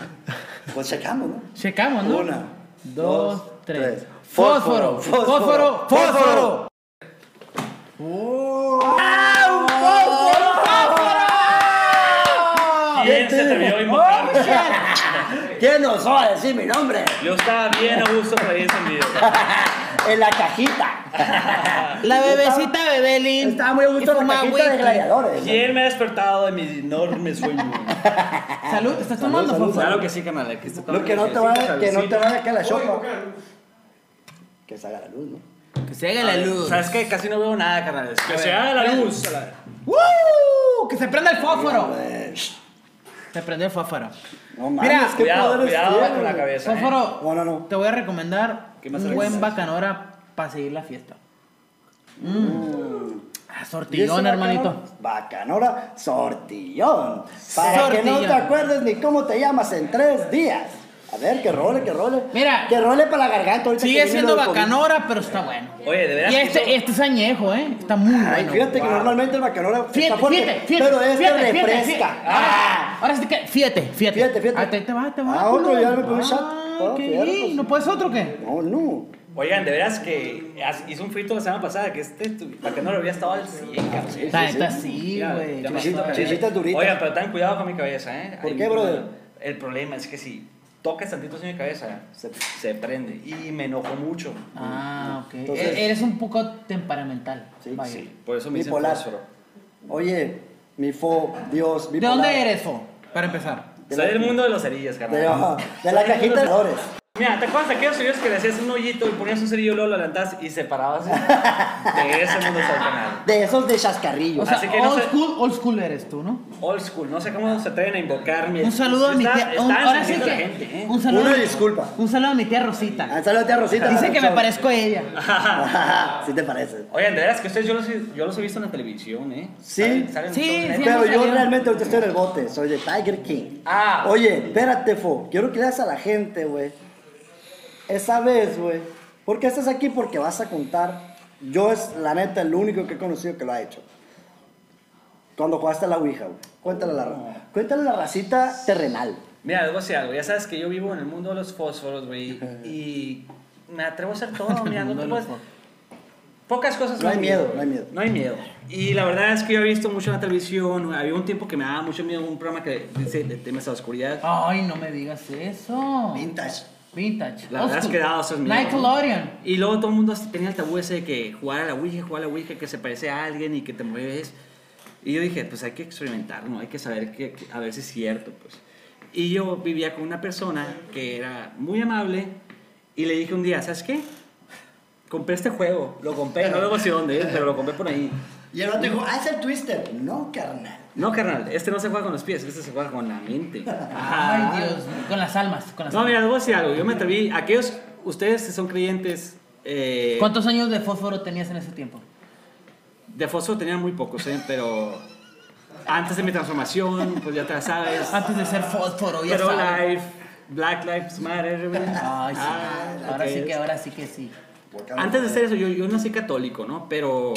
Speaker 2: Pues checamos, ¿no?
Speaker 1: Checamos, ¿no?
Speaker 2: Una,
Speaker 1: dos,
Speaker 2: dos,
Speaker 1: tres.
Speaker 2: tres.
Speaker 1: Fósforo, fósforo,
Speaker 2: Fósforo,
Speaker 1: fósforo.
Speaker 2: fósforo.
Speaker 3: ¿Quién se atrevió a invocar?
Speaker 2: ¿Quién nos va a decir mi nombre?
Speaker 3: Yo estaba bien a gusto por ahí encendido.
Speaker 2: Ah. En la cajita.
Speaker 1: La bebecita Bebelín.
Speaker 2: Estaba muy a gusto en la
Speaker 1: fuma
Speaker 2: cajita de
Speaker 1: whisky.
Speaker 2: gladiadores.
Speaker 3: ¿Quién me ha despertado de mi enorme sueño?
Speaker 1: Salud, ¿estás tomando
Speaker 2: salud,
Speaker 1: fósforo?
Speaker 3: que sí, canal. Aquí está
Speaker 2: Lo que no te va a, que no te va a caer la chopa. Que salga la luz, ¿no?
Speaker 1: Que se haga la luz.
Speaker 3: ¿Sabes qué? Casi no veo nada, canal. Que se haga la luz. a la-
Speaker 1: ¡Woo! ¡Que se prenda el fósforo! Se prendió el fósforo.
Speaker 2: Pues, No
Speaker 1: Mira,
Speaker 2: mames, qué
Speaker 3: Cuidado,
Speaker 2: poderes
Speaker 3: cuidado
Speaker 2: tiene,
Speaker 3: con la
Speaker 2: güey.
Speaker 3: cabeza. ¿eh?
Speaker 1: Fósforo,
Speaker 2: No, no, no.
Speaker 1: te voy a recomendar
Speaker 3: ¿Qué más
Speaker 1: un buen
Speaker 3: recomiendas?
Speaker 1: bacanora para seguir la fiesta.
Speaker 2: Mm.
Speaker 1: Ah,
Speaker 2: ¿Y ese
Speaker 1: sortillón, hermanito.
Speaker 2: bacanora? Bacanora, sortillón. Para que no
Speaker 1: Sortillón.
Speaker 2: te acuerdes ni cómo te llamas en tres días. A ver, que role, que role.
Speaker 1: Mira.
Speaker 2: Que role para la garganta. ahorita que
Speaker 1: Sigue
Speaker 2: viene
Speaker 1: siendo
Speaker 2: lo del COVID.
Speaker 1: bacanora, pero está bueno.
Speaker 3: Oye, de veras.
Speaker 1: Y
Speaker 3: que
Speaker 1: este,
Speaker 3: eso-
Speaker 1: este es añejo, ¿eh? Está muy
Speaker 2: Ay,
Speaker 1: bueno.
Speaker 2: fíjate que
Speaker 3: wow.
Speaker 2: normalmente el bacanora
Speaker 1: Fíjate,
Speaker 2: está fuerte,
Speaker 1: fíjate, fíjate.
Speaker 2: pero este
Speaker 1: fíjate, fíjate,
Speaker 2: refresca.
Speaker 1: fíjate.
Speaker 2: Ah.
Speaker 1: Ahora, ahora sí que, fíjate, fíjate.
Speaker 2: Fíjate, fíjate.
Speaker 1: Ah, te, te va, te va.
Speaker 2: Ah, otro,
Speaker 1: culo.
Speaker 2: ya me comí
Speaker 1: Ah,
Speaker 2: shot. Ah,
Speaker 1: ¿qué?
Speaker 2: fierros.
Speaker 1: ¿No puedes otro o qué?
Speaker 2: No, no.
Speaker 3: Oigan, de veras que as- hice un frito la semana pasada que este, tu- para que no lo había estado al 100, cabrón.
Speaker 1: Está,
Speaker 2: sí.
Speaker 1: está así,
Speaker 3: Ya,
Speaker 1: güey. ¿Qué
Speaker 3: ya me
Speaker 1: pasó,
Speaker 3: siento-
Speaker 1: eh?
Speaker 2: Chichitas duritas.
Speaker 3: Oigan, pero ten cuidado con mi cabeza, ¿eh?
Speaker 2: ¿Por
Speaker 3: Hay
Speaker 2: qué,
Speaker 3: un-
Speaker 2: brother?
Speaker 3: El problema es que si tocas tantito en mi cabeza,
Speaker 2: Se-
Speaker 3: se, prende. Y me enojo mucho.
Speaker 1: Ah, ok.
Speaker 2: Entonces-
Speaker 1: E- Eres un poco temperamental.
Speaker 2: Sí,
Speaker 1: vaya.
Speaker 3: Sí, por eso me dicen
Speaker 2: Bipolar.
Speaker 3: fósforo.
Speaker 2: Oye, mi fo, Dios,
Speaker 1: ¿De
Speaker 2: bipolar.
Speaker 1: dónde eres, Fo? Para empezar.
Speaker 3: Soy del mundo de los cerillas,
Speaker 2: De,
Speaker 3: carnal.
Speaker 2: de la cajita de flores.
Speaker 3: Mira, ¿te acuerdas de aquellos cerillos que le hacías un hoyito y ponías un cerillo, luego lo levantabas y se paraba así? De ese mundo está el canal.
Speaker 2: De esos de chascarrillo.
Speaker 1: O sea,
Speaker 3: Así que no
Speaker 1: old,
Speaker 3: sé-
Speaker 1: school, old school eres tú, ¿no?
Speaker 3: Old school, no sé cómo se atreven a invocar mi.
Speaker 1: Un saludo a mi
Speaker 3: Está-
Speaker 1: tía. un-
Speaker 3: está
Speaker 1: ahora sí
Speaker 3: encendiendo
Speaker 1: que.
Speaker 3: la gente, ¿eh?
Speaker 1: un saludo,
Speaker 2: Una disculpa.
Speaker 1: Un saludo a mi tía Rosita.
Speaker 2: Ah, Saludos a Rosita.
Speaker 1: Dice que me
Speaker 2: Rosita.
Speaker 1: parezco a ella.
Speaker 2: sí te parece.
Speaker 3: Oigan, de veras que ustedes yo los, he- yo los he visto en la televisión, ¿eh?
Speaker 2: Sí.
Speaker 3: Salen- salen
Speaker 1: Sí,
Speaker 3: todos en
Speaker 1: sí.
Speaker 3: el-
Speaker 2: Pero yo
Speaker 1: salió.
Speaker 2: realmente ahorita estoy en el bote, soy de Tiger King.
Speaker 3: Ah.
Speaker 2: Oye, espérate, Fo. Quiero que le das a la gente, güey. Esa vez, güey. ¿Por qué estás aquí? Porque vas a contar. Yo es, la neta, el único que he conocido que lo ha hecho. Cuando jugaste a la Ouija, güey. Cuéntale a la, ra- cuéntale a la racita terrenal.
Speaker 3: Mira, les voy a decir algo. Ya sabes que yo vivo en el mundo de los fósforos, güey. Y me atrevo a hacer todo, mira, no te puedes- Pocas cosas.
Speaker 2: No
Speaker 3: me
Speaker 2: hay
Speaker 3: dan
Speaker 2: miedo,
Speaker 3: güey.
Speaker 2: no hay miedo.
Speaker 3: No hay miedo. Y la verdad es que yo he visto mucho en la televisión. Había un tiempo que me daba mucho miedo un programa que dice de temas a la oscuridad.
Speaker 1: Ay, no me digas eso.
Speaker 2: Vintage.
Speaker 1: Vintage.
Speaker 3: La verdad es que daba esos miedos.
Speaker 1: Nickelodeon.
Speaker 3: Y luego todo el mundo tenía el tabú ese de que jugar a la Ouija, jugar a la Ouija, que se parece a alguien y que te mueves. Y yo dije, pues hay que experimentar, ¿no? Hay que saber que, que- a ver si es cierto, pues. Y yo vivía con una persona que era muy amable y le dije un día, ¿sabes qué? Compré este juego, lo compré, no lo sé dónde es, pero lo compré por ahí.
Speaker 2: Y el otro dijo, ah, es el twister. No, carnal.
Speaker 3: No, carnal, este no se juega con los pies, este se juega con la mente.
Speaker 1: Ay, Dios. Con las almas. Con las
Speaker 3: No,
Speaker 1: almas.
Speaker 3: mira, les voy a decir algo. Yo me atreví. Aquellos, ustedes que son creyentes. eh,
Speaker 1: ¿Cuántos años de fósforo tenías en ese tiempo?
Speaker 3: de fósforo tenían muy pocos, ¿eh? Pero. Antes de mi transformación, pues ya te la sabes.
Speaker 1: Antes de ser fósforo, ya
Speaker 3: Pero
Speaker 1: sabes.
Speaker 3: life, Black Lives Matter, güey.
Speaker 1: Ay, sí.
Speaker 3: Ah,
Speaker 1: ahora
Speaker 3: ok.
Speaker 1: sí que, ahora sí que sí.
Speaker 3: Antes de hacer eso, yo, yo nací católico, ¿no? Pero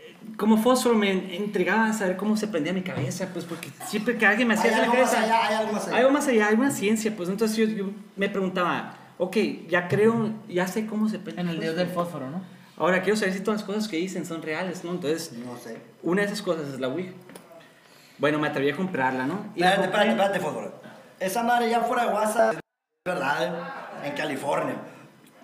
Speaker 3: eh, como fósforo me entregaba a saber cómo se prendía mi cabeza, pues porque siempre que alguien me hacía
Speaker 2: Hay
Speaker 3: hacer la
Speaker 2: algo más
Speaker 3: cabeza,
Speaker 2: allá, hay algo más allá.
Speaker 3: algo más allá, hay una ciencia, pues entonces yo, yo me preguntaba, ok, ya creo, ya sé cómo se prende.
Speaker 1: En el
Speaker 3: el
Speaker 1: dios del fósforo, ¿no?
Speaker 3: fósforo. Ahora quiero saber si todas las cosas que dicen son reales, ¿no? Entonces,
Speaker 2: No sé.
Speaker 3: una de esas cosas es la Ouija. Bueno, me atreví a comprarla, ¿no? Y la
Speaker 2: Espérate,
Speaker 3: compré.
Speaker 2: espérate, espérate, fósforo. Esa madre ya fuera de WhatsApp, es ¿verdad? ¿eh? En California.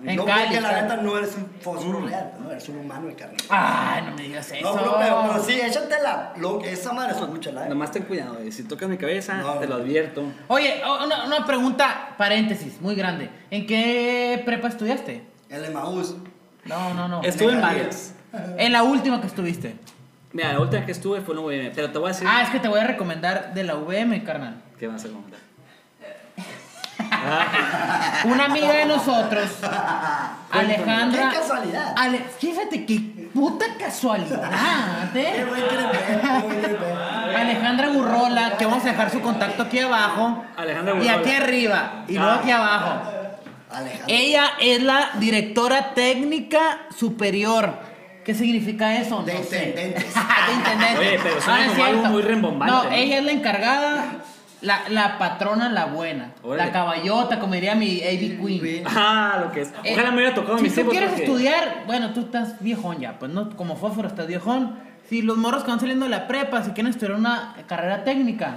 Speaker 1: En
Speaker 2: no
Speaker 1: Cali,
Speaker 2: que la
Speaker 1: Cali.
Speaker 2: neta no eres un fósforo real, no eres un humano de carne.
Speaker 1: Ay, no me digas
Speaker 2: No,
Speaker 1: eso.
Speaker 2: pero, pero, pero sí, échatela. Lo, esa madre es mucha la.
Speaker 3: Nomás ten cuidado, eh, si tocas mi cabeza,
Speaker 2: No.
Speaker 3: te lo advierto.
Speaker 1: Oye, o- una, una pregunta, paréntesis, muy grande. ¿En qué prepa estudiaste?
Speaker 2: El Emaús.
Speaker 1: No, no, no.
Speaker 3: Estuve en
Speaker 2: me
Speaker 3: varias.
Speaker 1: En la última que estuviste.
Speaker 3: Mira, la última que estuve fue en UVM, pero te voy a decir.
Speaker 1: Ah, es que te voy a recomendar de la VM, carnal.
Speaker 3: ¿Qué vas a comentar?
Speaker 1: Una amiga de nosotros, Alejandra.
Speaker 2: Qué casualidad.
Speaker 1: Ale- fíjate qué puta casualidad,
Speaker 2: Qué
Speaker 1: ¿eh?
Speaker 2: buen crepe, qué buen crepe.
Speaker 1: Alejandra Burrola, que vamos a dejar su contacto aquí abajo.
Speaker 3: Alejandra
Speaker 1: Y
Speaker 3: Burrola.
Speaker 1: aquí arriba. Y
Speaker 3: Ah.
Speaker 1: luego aquí abajo.
Speaker 2: Alejandro.
Speaker 1: Ella es la directora técnica superior. ¿Qué significa eso?
Speaker 2: De
Speaker 1: No sé.
Speaker 2: intendentes.
Speaker 1: de intendente.
Speaker 3: Oye, pero suena
Speaker 1: Ah, es
Speaker 3: como algo
Speaker 1: cierto.
Speaker 3: muy rembombante,
Speaker 1: No,
Speaker 3: ¿no?
Speaker 1: ella es la encargada, la, la patrona, la buena.
Speaker 3: Órale.
Speaker 1: La caballota, como diría mi AB Queen.
Speaker 3: Ah, lo que es.
Speaker 1: Eh,
Speaker 3: Ojalá me hubiera tocado a
Speaker 1: Si
Speaker 3: mis
Speaker 1: tú
Speaker 3: tiempos.
Speaker 1: quieres
Speaker 3: porque-
Speaker 1: estudiar, bueno, tú estás viejón ya, pues no, como fósforo estás viejón. Si los morros que van saliendo de la prepa, si quieren estudiar una carrera técnica,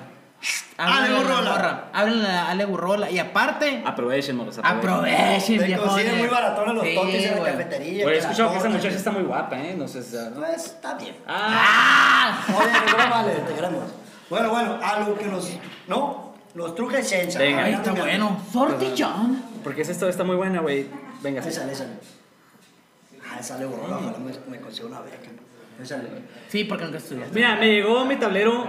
Speaker 1: háblenle a
Speaker 2: Ale
Speaker 1: la
Speaker 2: Burrola.
Speaker 1: morra, háblenle a Ale Burrola. Y aparte,
Speaker 3: Aprovechen, morros.
Speaker 1: Aprovechen,
Speaker 2: Te
Speaker 1: viejones.
Speaker 2: consiguen muy baratón en los
Speaker 1: Sí,
Speaker 2: toques en la
Speaker 1: güey.
Speaker 2: cafetería.
Speaker 3: Oye, he
Speaker 2: que la
Speaker 3: escuchado que esa
Speaker 2: coca,
Speaker 3: muchacha está muy guapa, ¿eh? No sé si. ¿no?
Speaker 2: Pues está bien.
Speaker 3: Ah,
Speaker 1: ¡Ah!
Speaker 2: Oye, no vale, te queremos. Bueno, bueno, a lo que nos. ¿No? Los truques chencha.
Speaker 3: Venga,
Speaker 1: Ahí está bueno. Sortillón.
Speaker 3: porque esto está muy buena, güey. Venga, sí.
Speaker 2: Échale, échale. Ah, sale borrado, ojalá me, me consiga una beca. Échale.
Speaker 1: Sí, porque nunca estudiaste.
Speaker 3: Mira, me llegó mi tablero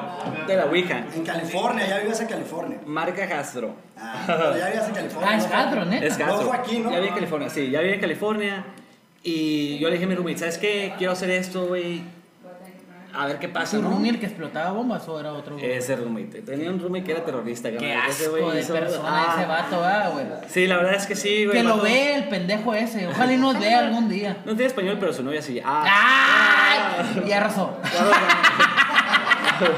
Speaker 3: de la Ouija.
Speaker 2: En California, ya vivías en California.
Speaker 3: Marca Castro.
Speaker 2: Ah, pero ya vivías en California.
Speaker 1: Ah, es
Speaker 2: ¿no?
Speaker 1: Castro, ¿eh?
Speaker 3: Es Castro.
Speaker 2: No fue aquí, ¿no?
Speaker 3: Ya vive en California, sí, ya vive en California. Y yo le dije a mi roommate, ¿sabes qué? Quiero hacer esto, güey. A ver qué pasa,
Speaker 1: ¿Su
Speaker 3: Ah, ¿no?
Speaker 1: roomie el que explotaba bombas o era otro? güey?
Speaker 3: Ese roommate. Tenía un roommate que era terrorista,
Speaker 1: Qué
Speaker 3: carnal. Ese güey
Speaker 1: asco de
Speaker 3: hizo-
Speaker 1: persona
Speaker 3: Ah.
Speaker 1: ese vato, ah, güey.
Speaker 3: Sí, la verdad es que sí, güey.
Speaker 1: Que lo
Speaker 3: vato.
Speaker 1: ve el pendejo ese. Ojalá y nos vea algún día.
Speaker 3: No tiene español, pero su novia sí. Ah.
Speaker 1: ¡Ay! Ya arrasó.
Speaker 3: Ya Rosario.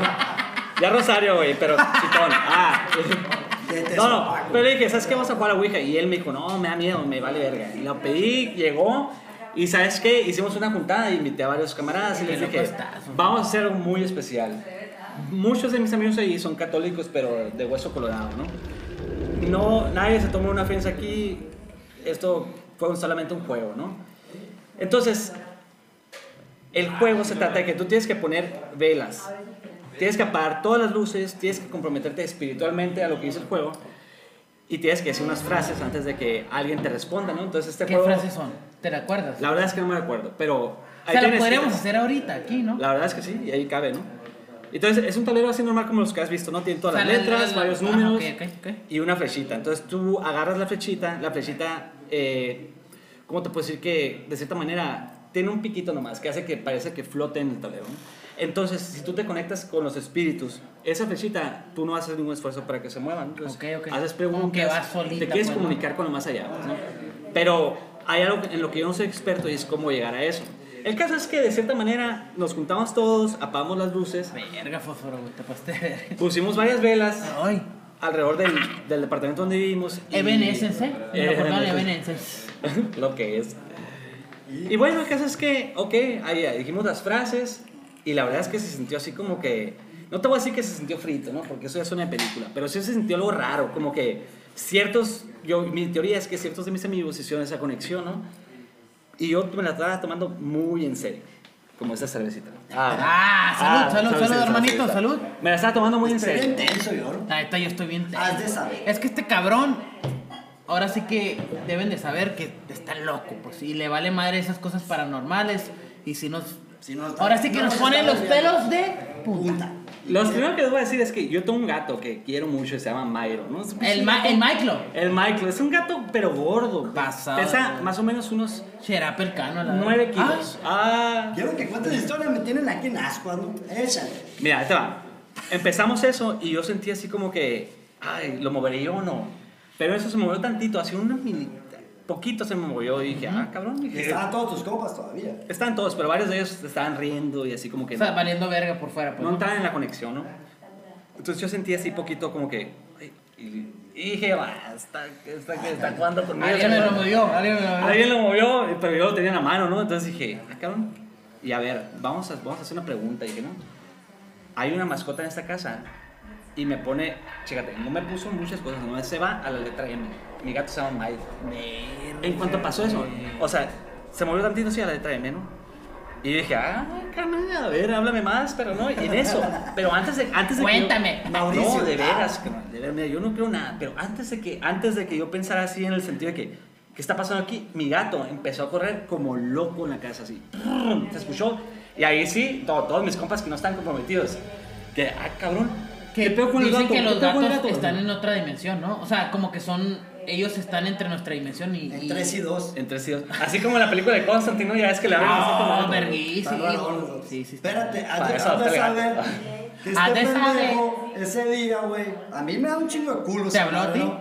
Speaker 3: Ya Rosario, güey, pero chitón. Ah.
Speaker 2: Te- te
Speaker 3: No, no,
Speaker 2: sopaco.
Speaker 3: pero le dije, ¿sabes qué? Vamos a jugar a Ouija. Y él me dijo, no, me da miedo, me vale verga. Y lo pedí, llegó. Y ¿sabes qué? Hicimos una juntada, invité a varios camaradas y
Speaker 1: Qué
Speaker 3: les
Speaker 1: loco
Speaker 3: dije,
Speaker 1: estás, hombre.
Speaker 3: vamos a hacer algo muy especial. Muchos de mis amigos ahí son católicos, pero de hueso colorado, ¿no? No, nadie se tomó una ofensa aquí. Esto fue un- solamente un juego, ¿no? Entonces, el juego se trata de que tú tienes que poner velas, tienes que apagar todas las luces, tienes que comprometerte espiritualmente a lo que dice el juego y tienes que decir unas frases antes de que alguien te responda, ¿no? Entonces este
Speaker 1: ¿Qué
Speaker 3: juego,
Speaker 1: frases son? ¿Te la acuerdas?
Speaker 3: la verdad es que no me acuerdo, pero
Speaker 1: O sea, lo
Speaker 3: tienes-
Speaker 1: podríamos hacer ahorita aquí, ¿no?
Speaker 3: La verdad es que sí, y ahí cabe, ¿no? Entonces es un tablero así normal como los que has visto, ¿no? Tiene todas
Speaker 1: O sea,
Speaker 3: las
Speaker 1: la-
Speaker 3: letras,
Speaker 1: la- la-
Speaker 3: varios
Speaker 1: ah,
Speaker 3: números
Speaker 1: ok, ok, ok.
Speaker 3: y una flechita. Entonces tú agarras la flechita, la flechita, eh, ¿cómo te puedo decir que de cierta manera tiene un piquito nomás que hace que parece que flote en el tablero? ¿no? Entonces, si tú te conectas con los espíritus, esa flechita tú no haces ningún esfuerzo para que se muevan. Entonces,
Speaker 1: Ok, ok.
Speaker 3: haces
Speaker 1: Como
Speaker 3: preguntas,
Speaker 1: que vas solita,
Speaker 3: te quieres
Speaker 1: pues, ¿no?
Speaker 3: comunicar con lo más allá, pues, ¿no? Pero hay algo en lo que yo no soy experto y es cómo llegar a eso. El caso es que de cierta manera nos juntamos todos, apagamos las luces,
Speaker 1: Verga, fósforo, güey. Te pasaste de verga.
Speaker 3: pusimos varias velas,
Speaker 1: Ay.
Speaker 3: alrededor del, del departamento donde vivimos. y- E
Speaker 1: Evanescence, ¿eh? Me acordaba de
Speaker 3: Evanescence.
Speaker 1: Evanescence.
Speaker 3: Lo que es. Y bueno, el caso es que, ok, ahí ahí dijimos las frases y la verdad es que se sintió así como que. No te voy a decir que se sintió frito, ¿no? Porque eso ya suena de película, pero sí se sintió algo raro, como que ciertos. Yo, mi teoría es que ciertos de mis amigos hicieron esa conexión, ¿no? Y yo me la estaba tomando muy en serio. Como esta cervecita.
Speaker 1: Ah, salud,
Speaker 3: Ah,
Speaker 1: salud, salud,
Speaker 3: cervecita,
Speaker 1: hermanito,
Speaker 3: cervecita.
Speaker 1: salud.
Speaker 3: Me la estaba tomando muy en
Speaker 2: Estoy bien
Speaker 3: serio.
Speaker 2: tenso, yo.
Speaker 1: La neta, yo estoy bien. tenso.
Speaker 2: Has de saber.
Speaker 1: Es que este cabrón, ahora sí que deben de saber que está loco, pues, y le vale madre esas cosas paranormales. Y si nos.
Speaker 2: Si no,
Speaker 1: ahora sí que
Speaker 2: no
Speaker 1: nos
Speaker 2: nos
Speaker 1: ponen los
Speaker 2: estamos
Speaker 1: pelos
Speaker 2: viendo.
Speaker 1: de punta.
Speaker 2: Punta.
Speaker 3: Lo primero que les voy a decir es que yo tengo un gato que quiero mucho, se llama Myro, ¿no? Es un
Speaker 1: El, ma el Michael.
Speaker 3: El Michael es un gato, pero gordo.
Speaker 1: Pasado,
Speaker 3: Pesa
Speaker 1: güey.
Speaker 3: más o menos unos
Speaker 1: Será pelcano, la
Speaker 3: 9
Speaker 1: verdad.
Speaker 3: kilos. Ah.
Speaker 2: Quiero que cuentes historias, me tienen aquí en asco, ¿no? Échale.
Speaker 3: Mira, ahí te va. Empezamos eso y yo sentí así como que, ay, ¿lo moveré yo o no? Pero eso se movió tantito, así unos mini... Poquito se me movió y dije, ah, cabrón.
Speaker 2: Y
Speaker 3: Dije,
Speaker 2: Estaban todos tus compas todavía.
Speaker 3: Están todos, pero varios de ellos estaban riendo y así como que...
Speaker 1: O sea, valiendo verga por fuera, pues.
Speaker 3: no
Speaker 1: ¿no?
Speaker 3: estaban en la conexión, ¿no? Entonces yo sentí así poquito como que... ay, y- y dije, va, está, está, está jugando conmigo.
Speaker 1: Alguien me lo movió, alguien me lo movió.
Speaker 3: Alguien lo movió, pero yo lo tenía en la mano, ¿no? Entonces dije, ah, cabrón. Y a ver, vamos a, vamos a hacer una pregunta. Y dije, no. Hay una mascota en esta casa. Y me pone, chécate, no me puso muchas cosas, no se va a la letra M. Mi gato se llama Mike. En cuanto pasó eso, o sea, se movió tantito así a la letra M, ¿no? Y dije, ah, carnal, a ver, háblame más, pero no, y en eso. Pero antes de, antes de que yo-
Speaker 1: Cuéntame.
Speaker 3: Mauricio,
Speaker 2: Mauricio,
Speaker 3: de
Speaker 2: ah.
Speaker 3: veras, carnal, de veras, mira, yo no creo nada, pero antes de que, antes de que yo pensara así en el sentido de que, ¿qué está pasando aquí? Mi gato empezó a correr como loco en la casa, así, ¡prrr! se escuchó, y ahí sí, to- todos mis compas que no están comprometidos, que, ah, cabrón,
Speaker 1: Que
Speaker 3: ¿qué pedo con el
Speaker 1: dicen
Speaker 3: gato?
Speaker 1: que
Speaker 3: ¿Qué
Speaker 1: los
Speaker 3: pedo con
Speaker 1: gatos
Speaker 3: el gato?
Speaker 1: están en otra dimensión, ¿no? O sea, como que son. Ellos están entre nuestra dimensión y.
Speaker 2: En 3 y 2.
Speaker 3: Entre sí, así como en la película de Constantino, ya es que le abren así como
Speaker 1: No,
Speaker 3: gato.
Speaker 1: Ah, verguísima. Sí, sí, sí.
Speaker 2: Espérate, has
Speaker 3: Para
Speaker 2: de,
Speaker 3: eso,
Speaker 2: has de
Speaker 3: pégate.
Speaker 2: saber que
Speaker 1: Has
Speaker 2: este
Speaker 1: de saber.
Speaker 2: pendejo, ese día, güey, a mí me da un chingo de culo.
Speaker 1: ¿Te
Speaker 2: esa
Speaker 1: habló a
Speaker 2: madre,
Speaker 1: ti?
Speaker 2: ¿no?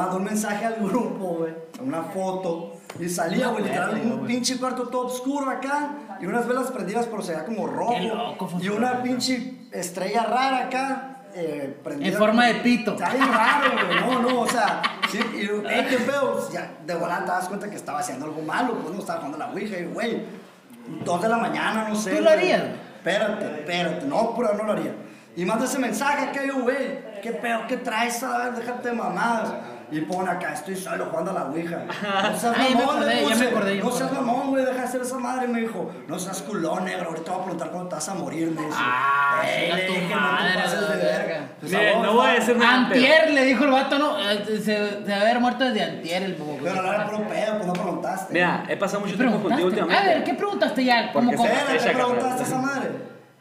Speaker 2: Mandó un mensaje al grupo, güey, una foto. Y salía,
Speaker 1: No,
Speaker 2: güey,
Speaker 1: güey,
Speaker 2: literal, en un
Speaker 1: güey.
Speaker 2: pinche cuarto todo oscuro acá. Y unas velas prendidas, pero se veía como rojo.
Speaker 1: Qué loco
Speaker 2: y
Speaker 1: funciona,
Speaker 2: una
Speaker 1: ¿no?
Speaker 2: pinche estrella rara acá. Eh, prendida.
Speaker 1: En forma de pito.
Speaker 2: Está bien raro, güey. No, no, o sea, sí, y yo, "Ey, qué feo. Ya, de volada te das cuenta que estaba haciendo algo malo, pues no estaba jugando a la Ouija, y, güey. Dos de la mañana, no sé.
Speaker 1: ¿Tú lo
Speaker 2: güey.
Speaker 1: harías?
Speaker 2: Espérate, espérate. No, pero no lo haría. Y manda ese mensaje acá, yo, güey. ¿Qué pedo? ¿Qué traes? A ver, déjate de mamadas. Y pone acá, estoy solo jugando a la Ouija. No seas
Speaker 1: Ah, ya me
Speaker 2: mamón,
Speaker 1: acordé,
Speaker 2: le
Speaker 1: ya me
Speaker 2: puse,
Speaker 1: acordé, ya me
Speaker 2: No seas
Speaker 1: acordé.
Speaker 2: mamón, güey, deja de hacer esa madre, me dijo. No seas culón, negro, ahorita voy a preguntar cuándo te vas a morir, me dice.
Speaker 1: Ah, chinga
Speaker 2: le
Speaker 1: tu
Speaker 2: dije,
Speaker 1: madre,
Speaker 2: no te pases
Speaker 1: la
Speaker 2: de
Speaker 1: verga.
Speaker 2: verga. Pues,
Speaker 3: Miren,
Speaker 2: amor,
Speaker 3: no voy a
Speaker 2: está-
Speaker 3: decir nada. pero-
Speaker 1: Antier le dijo el vato, no, eh, se, se debe haber muerto desde Antier el bobo.
Speaker 2: Pero la era puro pedo, pues no preguntaste.
Speaker 3: Mira, he pasado
Speaker 1: ¿Qué
Speaker 3: mucho tiempo contigo
Speaker 1: preguntaste?
Speaker 3: últimamente.
Speaker 1: A ver, ¿qué preguntaste ya? Como
Speaker 3: Porque
Speaker 1: con-
Speaker 3: sea-
Speaker 2: Espérate,
Speaker 3: Esa
Speaker 2: ¿qué
Speaker 3: carnal.
Speaker 2: preguntaste a esa madre?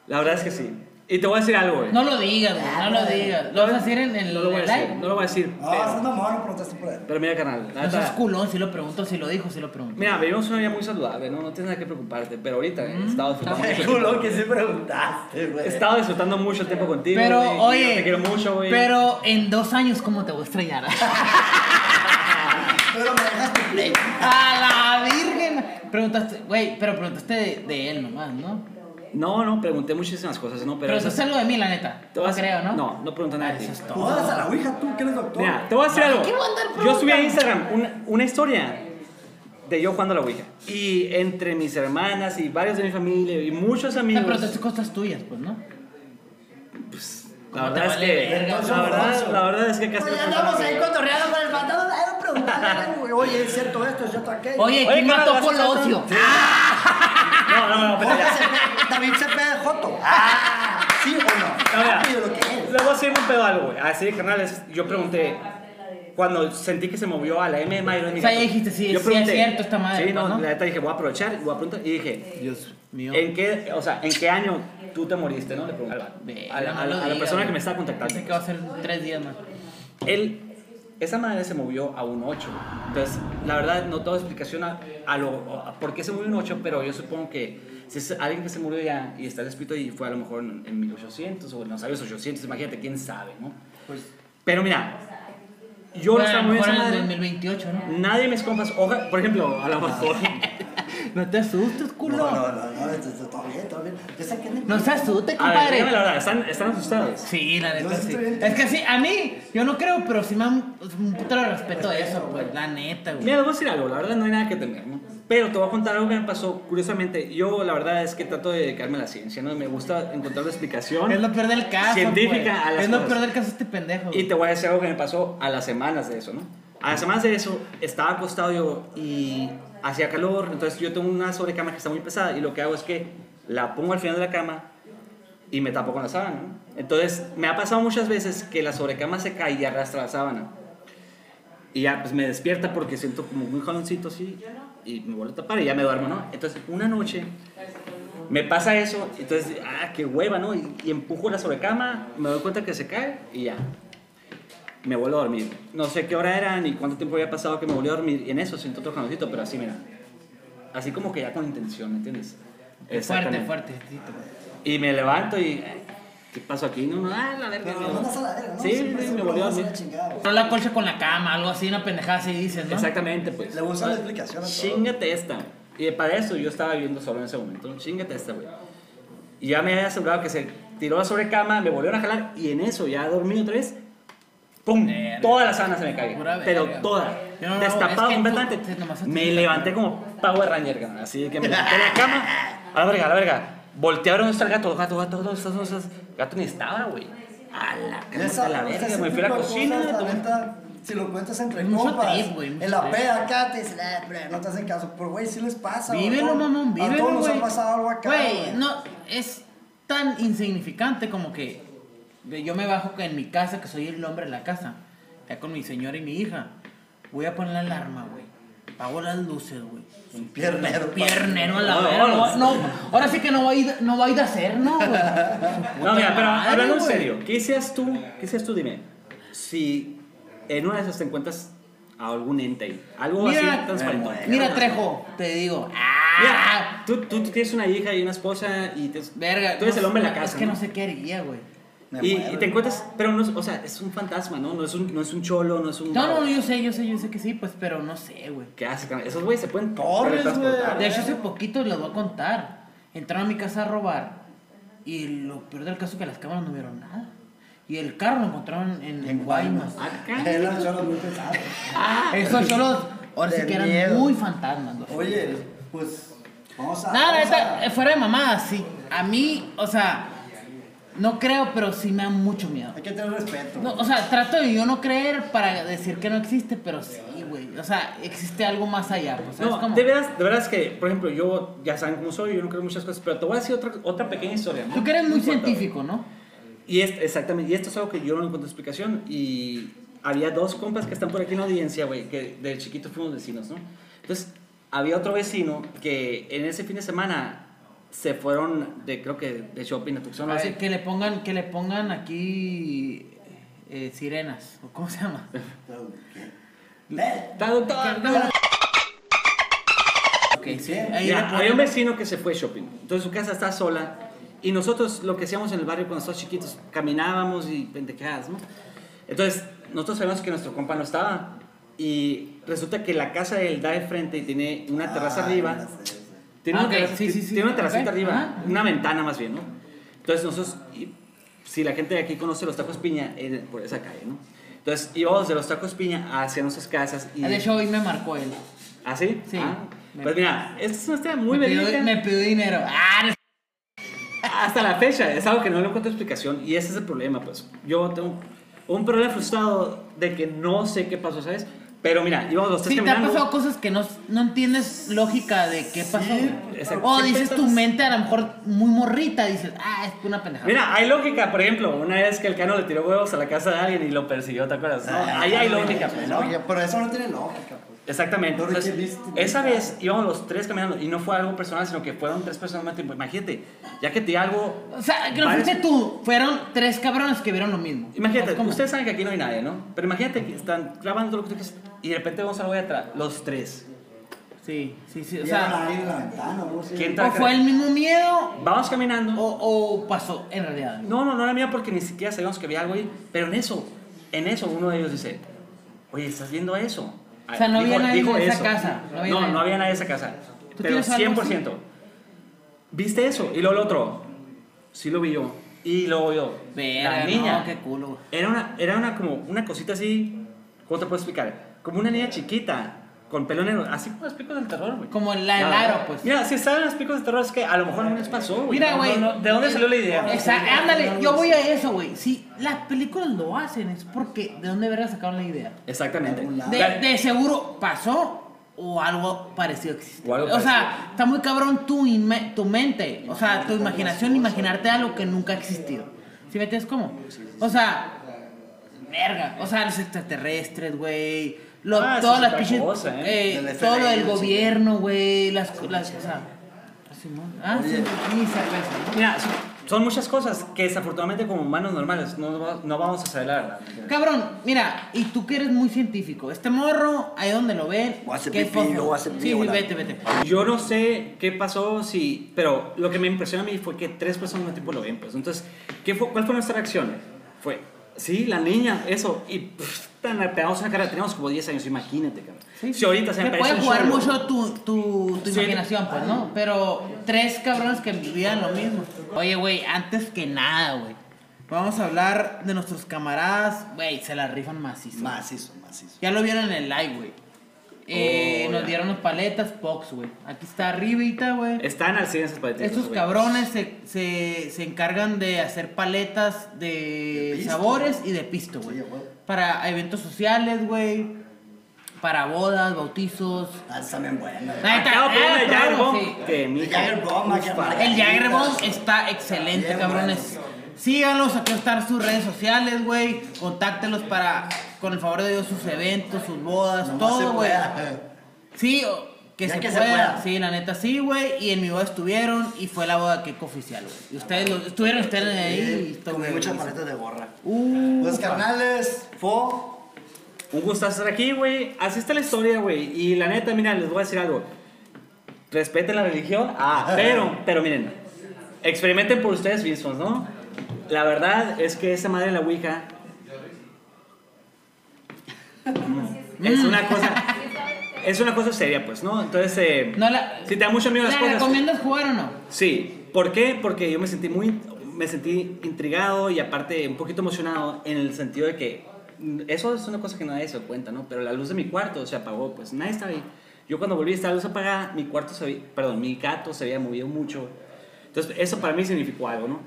Speaker 3: La verdad es que sí. Y te voy a decir algo, güey.
Speaker 1: No lo digas, güey, no lo digas. ¿Lo vas a decir en, en
Speaker 3: No lo voy a
Speaker 1: el
Speaker 3: decir. No
Speaker 1: live?
Speaker 3: lo voy a decir.
Speaker 2: No,
Speaker 3: pero-
Speaker 1: Ah.
Speaker 2: estás mamón, no preguntaste por él.
Speaker 3: Pero mira, carnal. la
Speaker 1: No seas
Speaker 3: neta,
Speaker 1: culón, si lo pregunto, si lo dijo, si lo pregunto.
Speaker 3: Mira, vivimos una vida muy saludable, ¿no? No tienes nada que preocuparte. Pero ahorita
Speaker 1: Mm.
Speaker 3: eh, he estado disfrutando mucho.
Speaker 2: culo que sí preguntaste,
Speaker 3: He estado disfrutando mucho el tiempo contigo.
Speaker 1: Pero,
Speaker 3: güey.
Speaker 1: oye,
Speaker 3: Te quiero mucho, güey.
Speaker 1: pero en dos años, ¿cómo te voy a estrellar?
Speaker 2: Pero me dejaste play.
Speaker 1: ¡A la virgen! Preguntaste, güey, pero preguntaste de, de él nomás, ¿no?
Speaker 3: No, no, pregunté muchísimas cosas, ¿no? Pero.
Speaker 1: Pero eso
Speaker 3: esas-
Speaker 1: es algo de mí, la neta.
Speaker 3: te voy a
Speaker 1: No
Speaker 3: decir-
Speaker 1: creo, ¿no? Ah,
Speaker 3: No, no pregunté nada de ti.
Speaker 1: Eso es todo. Ah,
Speaker 2: ¿Jugabas a la Ouija tú, que eres doctor?
Speaker 3: Mira, te voy a decir algo.
Speaker 1: ¿qué voy a andar
Speaker 3: Yo subí a
Speaker 1: preguntando?
Speaker 3: Instagram una, una historia de yo jugando a la Ouija. Y entre mis hermanas y varios de mi familia y muchos
Speaker 1: O sea,
Speaker 3: amigos.
Speaker 1: pero estas cosas tuyas, pues, ¿no?
Speaker 3: La
Speaker 1: ¿Cómo te
Speaker 3: verdad, es
Speaker 1: vale
Speaker 3: que,
Speaker 1: verga?
Speaker 3: la, verdad, la verdad es que casi
Speaker 2: Oye,
Speaker 3: no
Speaker 2: andamos
Speaker 3: funcionaba.
Speaker 2: ahí cotorreando con el pantalón. Ay, no preguntaste, güey. Oye, es cierto esto, es cierto aquello.
Speaker 1: Oye,
Speaker 3: Oye,
Speaker 1: ¿quién
Speaker 3: ¿qué
Speaker 1: mató
Speaker 3: me vas a hacer?
Speaker 1: Colosio?
Speaker 3: No, no, no,
Speaker 2: Jorge
Speaker 3: espérate.
Speaker 2: se- David se pega de Joto. Ah, ¿Sí o no?
Speaker 3: No, mira,
Speaker 2: Rápido lo que es.
Speaker 3: le voy a hacer un pedo algo, güey. Así de carnal, es- yo pregunté. Cuando sentí que se movió a la M de Mayro en mi
Speaker 1: O sea,
Speaker 3: gato,
Speaker 1: ya dijiste, sí,
Speaker 3: yo
Speaker 1: sí, es cierto esta madre,
Speaker 3: Sí, no,
Speaker 1: ¿no?
Speaker 3: la neta dije, voy a aprovechar, voy a preguntar. Y dije,
Speaker 1: Dios mío.
Speaker 3: ¿en qué, o sea, ¿en qué año tú te moriste? ¿no? Le pregunté al vato, a la, a la- a la persona que me está contactando.
Speaker 1: Dice que va a ser tres días más.
Speaker 3: Él, esa madre se movió a un 8. Entonces, la verdad, no tengo explicación a, a lo, a por qué se movió un 8, pero yo supongo que si es alguien que se murió ya y está el espíritu y fue a lo mejor en, en 1800 o en los años 800, imagínate, quién sabe, ¿no? Pero mira, Pues, yo
Speaker 1: Bueno,
Speaker 3: no
Speaker 1: a
Speaker 3: estaba
Speaker 1: lo
Speaker 3: moviendo
Speaker 1: mejor
Speaker 3: esa
Speaker 1: en el
Speaker 3: madre.
Speaker 1: 2028, ¿no?
Speaker 3: Nadie de mis compas, oja, por ejemplo, a lo mejor.
Speaker 1: No te asustes,
Speaker 2: No,
Speaker 1: culo.
Speaker 2: no,
Speaker 1: No,
Speaker 2: no, no, esto- esto- todo bien, todo bien. Yo sé que es de-
Speaker 1: se asuste,
Speaker 3: A ver,
Speaker 1: compadre.
Speaker 3: dígame la verdad, ¿están, están asustados?
Speaker 1: Sí, la
Speaker 2: Yo
Speaker 1: neta sí.
Speaker 2: estoy bien
Speaker 1: Es que sí, a mí, yo no creo, pero sí me dan un puto de respeto a eso, pues, la neta, güey.
Speaker 3: Mira, les voy a decir algo, la verdad no hay nada que temer, ¿no? Pero te voy a contar algo que me pasó, curiosamente, yo la verdad es que trato de dedicarme a la ciencia, ¿no? Me gusta encontrar la
Speaker 1: Es
Speaker 3: explicación
Speaker 1: lo peor del caso,
Speaker 3: Científica
Speaker 1: pues.
Speaker 3: a las
Speaker 1: Es lo
Speaker 3: cosas.
Speaker 1: peor del caso este pendejo,
Speaker 3: y
Speaker 1: güey.
Speaker 3: te voy a decir algo que me pasó a las semanas de eso, ¿no? A las semanas de eso estaba acostado yo y hacía calor, entonces yo tengo una sobrecama que está muy pesada y lo que hago es que la pongo al final de la cama y me tapo con la sábana. ¿no? Entonces, me ha pasado muchas veces que la sobrecama se cae y arrastra la sábana. Y ya, pues me despierta porque siento como un jaloncito así y me vuelvo a tapar y ya me duermo, ¿no? Entonces, una noche me pasa eso, entonces, ah, qué hueva, ¿no? Y, y empujo la sobrecama, me doy cuenta que se cae y ya. Me vuelvo a dormir. No sé qué hora era ni cuánto tiempo había pasado que me volví a dormir. Y en eso siento otro jaloncito, pero así, mira. Así como que ya con intención, ¿me entiendes?
Speaker 1: Fuerte,
Speaker 3: Exactamente.
Speaker 1: fuerte. Tito.
Speaker 3: Y me levanto y. eh, ¿Qué pasó aquí? No, no, ah, la verga.
Speaker 2: Pero
Speaker 3: me-
Speaker 2: lo mandas a la verga, ¿no?
Speaker 3: Sí,
Speaker 2: Siempre
Speaker 3: sí,
Speaker 2: se
Speaker 3: me
Speaker 2: lo
Speaker 3: volvió a
Speaker 2: mandas
Speaker 3: dormir.
Speaker 2: la chingada.
Speaker 1: No la colcha con la cama, algo así, una pendejada así dices, ¿no?
Speaker 3: Exactamente, pues.
Speaker 2: Le buscan la explicación a todo.
Speaker 3: Chingate esta. Y para eso yo estaba viviendo solo en ese momento. Chingate esta, güey. Y ya me había asegurado que se tiró la sobrecama, me volvieron a jalar y en eso ya dormí otra vez. ¡Pum!
Speaker 1: Verga.
Speaker 3: Toda la sábana se me cae.
Speaker 1: Pura
Speaker 3: Pero
Speaker 1: verga.
Speaker 3: toda.
Speaker 1: Yo no, no, es
Speaker 3: Destapado
Speaker 1: que tú-
Speaker 3: completamente.
Speaker 1: te- nomás te-
Speaker 3: Me levanté como Power Ranger, cabrón. Así que me levanté de la cama. A la verga, a la verga. Voltearon hasta el gato, gato, gato, gato, gato, gato, gato. Gato ni estaba, güey. A la
Speaker 2: Ya
Speaker 3: cama, a
Speaker 2: sabes,
Speaker 3: la
Speaker 2: ese
Speaker 3: verga.
Speaker 2: tipo
Speaker 3: Me fui a
Speaker 2: de
Speaker 3: la
Speaker 2: cosas,
Speaker 3: cocina.
Speaker 2: la
Speaker 3: tomé-
Speaker 2: neta, Si lo cuentas entre
Speaker 1: Mucho
Speaker 2: compas,
Speaker 1: trip, güey, mucho
Speaker 2: en la
Speaker 1: trip.
Speaker 2: peda acá te dicen, "Ah, pero no te hacen caso. Pero, güey, sí les pasa. güey.
Speaker 1: Vívelo,
Speaker 2: Todo-
Speaker 1: mamón, vívelo,
Speaker 2: A todos nos
Speaker 1: güey.
Speaker 2: ha pasado algo acá,
Speaker 1: Güey, no, es tan insignificante como que yo me bajo en mi casa, que soy el hombre de la casa, ya con mi señora y mi hija. Voy a poner la alarma, güey. Pago las luces, güey.
Speaker 2: Un piernero.
Speaker 1: Piernero a la
Speaker 3: No,
Speaker 1: verga.
Speaker 3: no.
Speaker 1: No, no, ahora sí que no va a ir, no va a, ir a hacer, ¿no, güey?
Speaker 3: No, mira, pero
Speaker 1: Madre,
Speaker 3: hablando en
Speaker 1: güey.
Speaker 3: serio, ¿qué hicieras tú? ¿Qué hicieras tú? Dime, si en una de esas te encuentras a algún ente ahí, algo así
Speaker 1: Mira,
Speaker 3: transparente.
Speaker 2: eh,
Speaker 1: mira, Trejo, te digo. ¡Ah!
Speaker 3: Mira, tú, tú tienes una hija y una esposa y te,
Speaker 1: Verga.
Speaker 3: tú eres
Speaker 1: no
Speaker 3: el hombre de
Speaker 1: sé,
Speaker 3: la casa.
Speaker 1: Es que no
Speaker 3: ¿no?
Speaker 1: sé qué haría, güey.
Speaker 2: Me
Speaker 3: Y,
Speaker 2: muero.
Speaker 3: y te encuentras, pero no, es- o sea, es un fantasma, ¿no? No es un, no es un cholo, no es un.
Speaker 1: No, no, no, yo sé, yo sé, yo sé que sí, pues, pero no sé, güey.
Speaker 3: ¿Qué haces? cabrón? Esos güeyes se pueden.
Speaker 2: Corres,
Speaker 3: teletransportar.
Speaker 1: De hecho, hace poquito les voy a contar. Entraron a mi casa a robar y lo peor del caso es que las cámaras no vieron nada. Y el carro lo encontraron en, en
Speaker 2: En
Speaker 1: Guaymas.
Speaker 2: Guaymas.
Speaker 3: Acá.
Speaker 2: Eh, los cholos muy pesados.
Speaker 1: Esos cholos, ahora sí
Speaker 2: De
Speaker 1: que eran
Speaker 2: miedo.
Speaker 1: muy fantasmas. los
Speaker 2: Oye, pues vamos a.
Speaker 1: Nada, la
Speaker 2: vamos
Speaker 1: neta,
Speaker 2: a-
Speaker 1: eh, fuera de mamada, sí. A mí, o sea, no creo, pero sí me da mucho miedo.
Speaker 2: Hay que tener respeto.
Speaker 1: No, o sea, trato de yo no creer para decir que no existe, pero sí, güey. O sea, existe algo más allá. Pues, ¿sabes
Speaker 3: No,
Speaker 1: cómo?
Speaker 3: de veras, de veras que, por ejemplo, yo ya saben cómo soy, yo no creo en muchas cosas, pero te voy a decir otra, otra pequeña historia. ¿no?
Speaker 1: Tú que eres muy
Speaker 3: No importa, güey.
Speaker 1: científico, ¿no?
Speaker 3: Y es, exactamente, y esto es algo que yo no encuentro explicación. Y había dos compas que están por aquí en la audiencia, güey, que de chiquitos fuimos vecinos, ¿no? Entonces, había otro vecino que en ese fin de semana se fueron de, creo que, de shopping a Tucson,
Speaker 1: A
Speaker 3: o
Speaker 1: ver,
Speaker 3: así.
Speaker 1: que le pongan, que le pongan aquí eh, sirenas, o cómo se llama.
Speaker 2: Ve, ¿Eh?
Speaker 3: Está, doctor, Ah, no, no.
Speaker 1: ok, sí. Ahí
Speaker 3: Ya,
Speaker 1: le ponen-
Speaker 3: había un vecino que se fue shopping. Entonces su casa está sola. Y nosotros lo que hacíamos en el barrio cuando estábamos chiquitos, caminábamos y pendejadas, ¿no? Entonces nosotros sabíamos que nuestro compa no estaba. Y resulta que la casa de él da de frente y tiene una terraza
Speaker 2: Ah,
Speaker 3: arriba.
Speaker 2: ya sé, ya sé.
Speaker 3: Tiene,
Speaker 1: Ah,
Speaker 3: una,
Speaker 1: ok,
Speaker 3: terraza-
Speaker 1: sí, sí, sí,
Speaker 3: tiene una
Speaker 1: ok,
Speaker 3: terracita arriba,
Speaker 1: ajá.
Speaker 3: una ventana más bien, ¿no? Entonces nosotros, y- si la gente de aquí conoce los tacos piña, era por esa calle, ¿no? Entonces íbamos de los tacos piña hacia nuestras casas y...
Speaker 1: Ah, De hecho, hoy me marcó él.
Speaker 3: ¿Ah, sí?
Speaker 1: Sí.
Speaker 3: Ah, pues mira, esta es una historia muy
Speaker 1: me, pidió,
Speaker 3: verídica.
Speaker 1: me pidió dinero. Ah, eres-
Speaker 3: Hasta la fecha, es algo que no le encuentro explicación y ese es el problema, pues. Yo tengo un problema frustrado de que no sé qué pasó, ¿sabes? Pero mira, íbamos los tres
Speaker 1: Sí, te han
Speaker 3: caminando.
Speaker 1: pasado cosas que no, no entiendes lógica de qué pasó. güey.
Speaker 3: exacto.
Speaker 1: o
Speaker 3: ¿Qué
Speaker 1: dices tu
Speaker 3: piensas?
Speaker 1: mente a lo mejor muy morrita, dices, ah, es una pendejada.
Speaker 3: Mira, hay lógica, por ejemplo, una vez que el cano le tiró huevos a la casa de alguien y lo persiguió, ¿te acuerdas? No, ahí hay lógica, pues, ¿no?
Speaker 2: Lógica, Pero eso Ah, no tiene lógica, pues.
Speaker 3: Exactamente.
Speaker 2: No
Speaker 3: Entonces,
Speaker 2: requeriste-
Speaker 3: esa vez íbamos los tres caminando y no fue algo personal, sino que fueron tres personas más tiempo. Imagínate, ya que te di algo.
Speaker 1: O sea, que no
Speaker 3: varios-
Speaker 1: fuiste tú, fueron tres cabrones que vieron lo mismo.
Speaker 3: Imagínate,
Speaker 1: Es como-
Speaker 3: ustedes saben que aquí no hay nadie, ¿no? Pero imagínate que están grabando lo que tú quieres y de repente vamos a la voy atrás, los tres.
Speaker 1: Sí, sí, sí. O
Speaker 2: Y
Speaker 1: sea,
Speaker 2: era ahí en la ventana, ¿no? Sí.
Speaker 3: ¿Quién
Speaker 1: o fue el mismo miedo
Speaker 3: Vamos caminando.
Speaker 1: o, o pasó en realidad.
Speaker 3: No, no, no era mía porque ni siquiera sabíamos que había algo ahí. Pero en eso, en eso uno de ellos dice, oye, ¿estás viendo eso?
Speaker 1: O sea, no había nadie en esa
Speaker 3: eso.
Speaker 1: casa, no había
Speaker 3: no,
Speaker 1: nadie.
Speaker 3: no había nadie en esa casa.
Speaker 1: ¿Tú
Speaker 3: Pero
Speaker 1: tienes algo
Speaker 3: 100%. ¿Viste eso? Y luego el otro, sí lo vi yo. Y luego yo,
Speaker 1: Verga,
Speaker 3: la niña.
Speaker 1: no, qué culo, güey.
Speaker 3: Era una, era una como una cosita así, ¿cómo te puedo explicar? Como una niña chiquita, con pelo negro, así como los picos del terror, güey.
Speaker 1: Como la del
Speaker 3: Ya,
Speaker 1: aro, pues.
Speaker 3: Mira, si estaban los picos del terror es que a lo mejor no les pasó, güey.
Speaker 1: Mira,
Speaker 3: No,
Speaker 1: güey.
Speaker 3: no, no. ¿De dónde salió la idea?
Speaker 1: Exa- ándale, yo voy a eso, güey. Si las películas lo hacen, es porque ¿de dónde verga sacaron la idea?
Speaker 2: De
Speaker 3: Exactamente.
Speaker 2: algún lado.
Speaker 1: De, de seguro pasó o algo parecido existe.
Speaker 3: O
Speaker 1: O,
Speaker 3: algo
Speaker 1: sea, está muy cabrón tu, inme- tu mente, o sea, tu imaginación, imaginarte algo que nunca ha existido. ¿Sí me entiendes cómo? O sea, verga, o sea, los extraterrestres, güey, lo-
Speaker 3: Ah, eso
Speaker 1: todas
Speaker 3: es
Speaker 1: las
Speaker 3: otra
Speaker 1: pinches,
Speaker 3: cosa,
Speaker 2: ¿eh?
Speaker 1: eh,
Speaker 2: Del
Speaker 1: todo lo
Speaker 2: FBI,
Speaker 1: del
Speaker 2: sí.
Speaker 1: gobierno, güey, las, las, o sea, así, ¿no? ah, sí,
Speaker 2: Oye.
Speaker 1: sí, cerveza, ¿no?
Speaker 3: Mira, son- son muchas cosas que desafortunadamente como humanos normales no, va- no vamos a saber la verdad.
Speaker 1: Cabrón, mira, y tú que eres muy científico, este morro, ahí donde lo ven,
Speaker 2: Voy a hacer
Speaker 1: que es
Speaker 2: pipí,
Speaker 1: fofo.
Speaker 2: yo voy a hacer pipí,
Speaker 1: Sí, sí,
Speaker 2: hola.
Speaker 1: vete, vete.
Speaker 3: Yo no sé qué pasó, si, pero lo que me impresionó a mí fue que tres personas al mismo tiempo lo ven. Pues. Entonces, ¿qué fue, ¿cuál fue nuestra reacción? Fue, sí, la niña, eso, y pff, tan pegamos una cara, teníamos como 10 años, imagínate, cabrón.
Speaker 1: Sí,
Speaker 3: Si ahorita se me
Speaker 1: que
Speaker 3: parece
Speaker 1: puede
Speaker 3: un
Speaker 1: jugar
Speaker 3: show,
Speaker 1: mucho tu, tu, tu
Speaker 3: Sí.
Speaker 1: imaginación, pues, ¿no? Pero tres cabrones que vivían lo mismo. Oye, güey, antes que nada, güey. Vamos a hablar de nuestros camaradas. Güey, se la rifan macizo.
Speaker 2: Macizo, macizo.
Speaker 1: Ya lo vieron en el live, güey. Eh,
Speaker 3: Oh,
Speaker 1: nos
Speaker 3: ya.
Speaker 1: dieron unas paletas, Pox, güey. Aquí está arribita, güey.
Speaker 3: Están al 100 esas paletitas,
Speaker 1: Estos
Speaker 3: güey.
Speaker 1: cabrones se, se, se encargan de hacer paletas de,
Speaker 2: De pisto,
Speaker 1: sabores y de pisto, güey.
Speaker 2: Sí, a huevo.
Speaker 1: para eventos sociales, güey. Para bodas, bautizos.
Speaker 2: Ah, está bien buena.
Speaker 1: Ahí está,
Speaker 3: Acabo
Speaker 1: ah,
Speaker 3: de pedir el
Speaker 1: claro,
Speaker 3: Jagerbomb,
Speaker 1: sí.
Speaker 3: que mi
Speaker 2: El Jagerbomb,
Speaker 1: El Jagerbomb está excelente,
Speaker 2: Bien
Speaker 1: cabrones.
Speaker 2: bueno.
Speaker 1: Síganlos, aquí están sus redes sociales, güey. Contáctelos para, con el favor de Dios, sus eventos, sus bodas,
Speaker 2: Nomás se
Speaker 1: todo, güey.
Speaker 2: pueda.
Speaker 1: Sí, o- que,
Speaker 2: Ya
Speaker 1: se,
Speaker 2: que se
Speaker 1: pueda.
Speaker 2: pueda.
Speaker 1: Sí, la neta sí, güey. Y en mi boda estuvieron y fue la boda que fue oficial, güey. Y ustedes lo- estuvieron, están ahí. y
Speaker 2: Sí,
Speaker 1: estuvo
Speaker 2: Comí
Speaker 1: bien,
Speaker 2: muchas
Speaker 1: güey.
Speaker 2: paletas de gorra.
Speaker 1: Uh,
Speaker 2: Los
Speaker 1: pa.
Speaker 2: carnales, fo.
Speaker 3: Un gusto estar aquí, güey. Así está la historia, güey. Y la neta, mira, les voy a decir algo. Respeten la religión. Ah, pero, pero miren. Experimenten por ustedes mismos, ¿no? La verdad es que esa madre de la Ouija. Mm, Es una cosa. Es una cosa seria, pues, ¿no? Entonces, eh,
Speaker 1: No la-
Speaker 3: si te da mucho miedo las
Speaker 1: ¿La
Speaker 3: cosas.
Speaker 1: recomiendas jugar o no?
Speaker 3: Sí, ¿por qué? Porque yo me sentí muy, me sentí intrigado y aparte un poquito emocionado en el sentido de que mm, eso es una cosa que nadie se da cuenta, ¿no? Pero la luz de mi cuarto se apagó, pues nadie estaba ahí. Yo cuando volví estaba la luz apagada, mi cuarto se había- perdón, mi gato se había movido mucho. Entonces eso para mí significó algo, ¿no?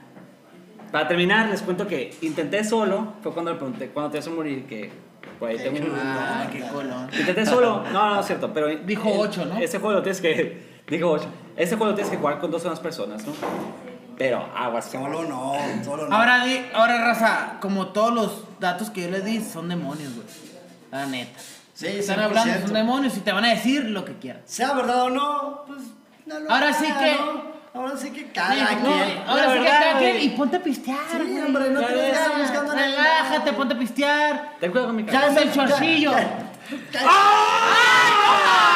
Speaker 3: Para terminar les cuento que intenté solo, fue cuando le pregunté cuándo te vas a morir que por ahí tengo un
Speaker 1: Ah, qué colón.
Speaker 3: Intenté solo. No, no, es cierto. Pero
Speaker 1: Dijo
Speaker 3: el-
Speaker 1: ocho, ¿no?
Speaker 3: Ese juego lo tienes que. Dijo 8. Ese juego lo tienes que jugar con dos o más personas, ¿no? Pero aguas, cabrón.
Speaker 2: Solo no, solo no.
Speaker 1: Ahora, di- ahora, raza, como todos los datos que yo les di, son demonios, güey. La neta.
Speaker 2: Sí,
Speaker 1: Están
Speaker 2: 100%.
Speaker 1: hablando, son demonios y te van a decir lo que quieran.
Speaker 2: Sea verdad o no, pues. no lo
Speaker 1: Ahora sí
Speaker 2: haga,
Speaker 1: que-
Speaker 2: ¿no? Ahora sí que cada
Speaker 1: Sí,
Speaker 2: quien.
Speaker 1: no, ahora
Speaker 3: La
Speaker 1: sí que
Speaker 3: verdad,
Speaker 1: cada quien-
Speaker 3: güey.
Speaker 1: y ponte a pistear,
Speaker 2: Sí,
Speaker 1: güey.
Speaker 2: hombre, no te
Speaker 1: Ya,
Speaker 2: vayas buscando en el-
Speaker 1: Relájate, ponte a pistear.
Speaker 3: Ten cuidado con mi cara.
Speaker 1: Chance el chorcillo.
Speaker 2: Ya, ya.
Speaker 1: ¡Ah!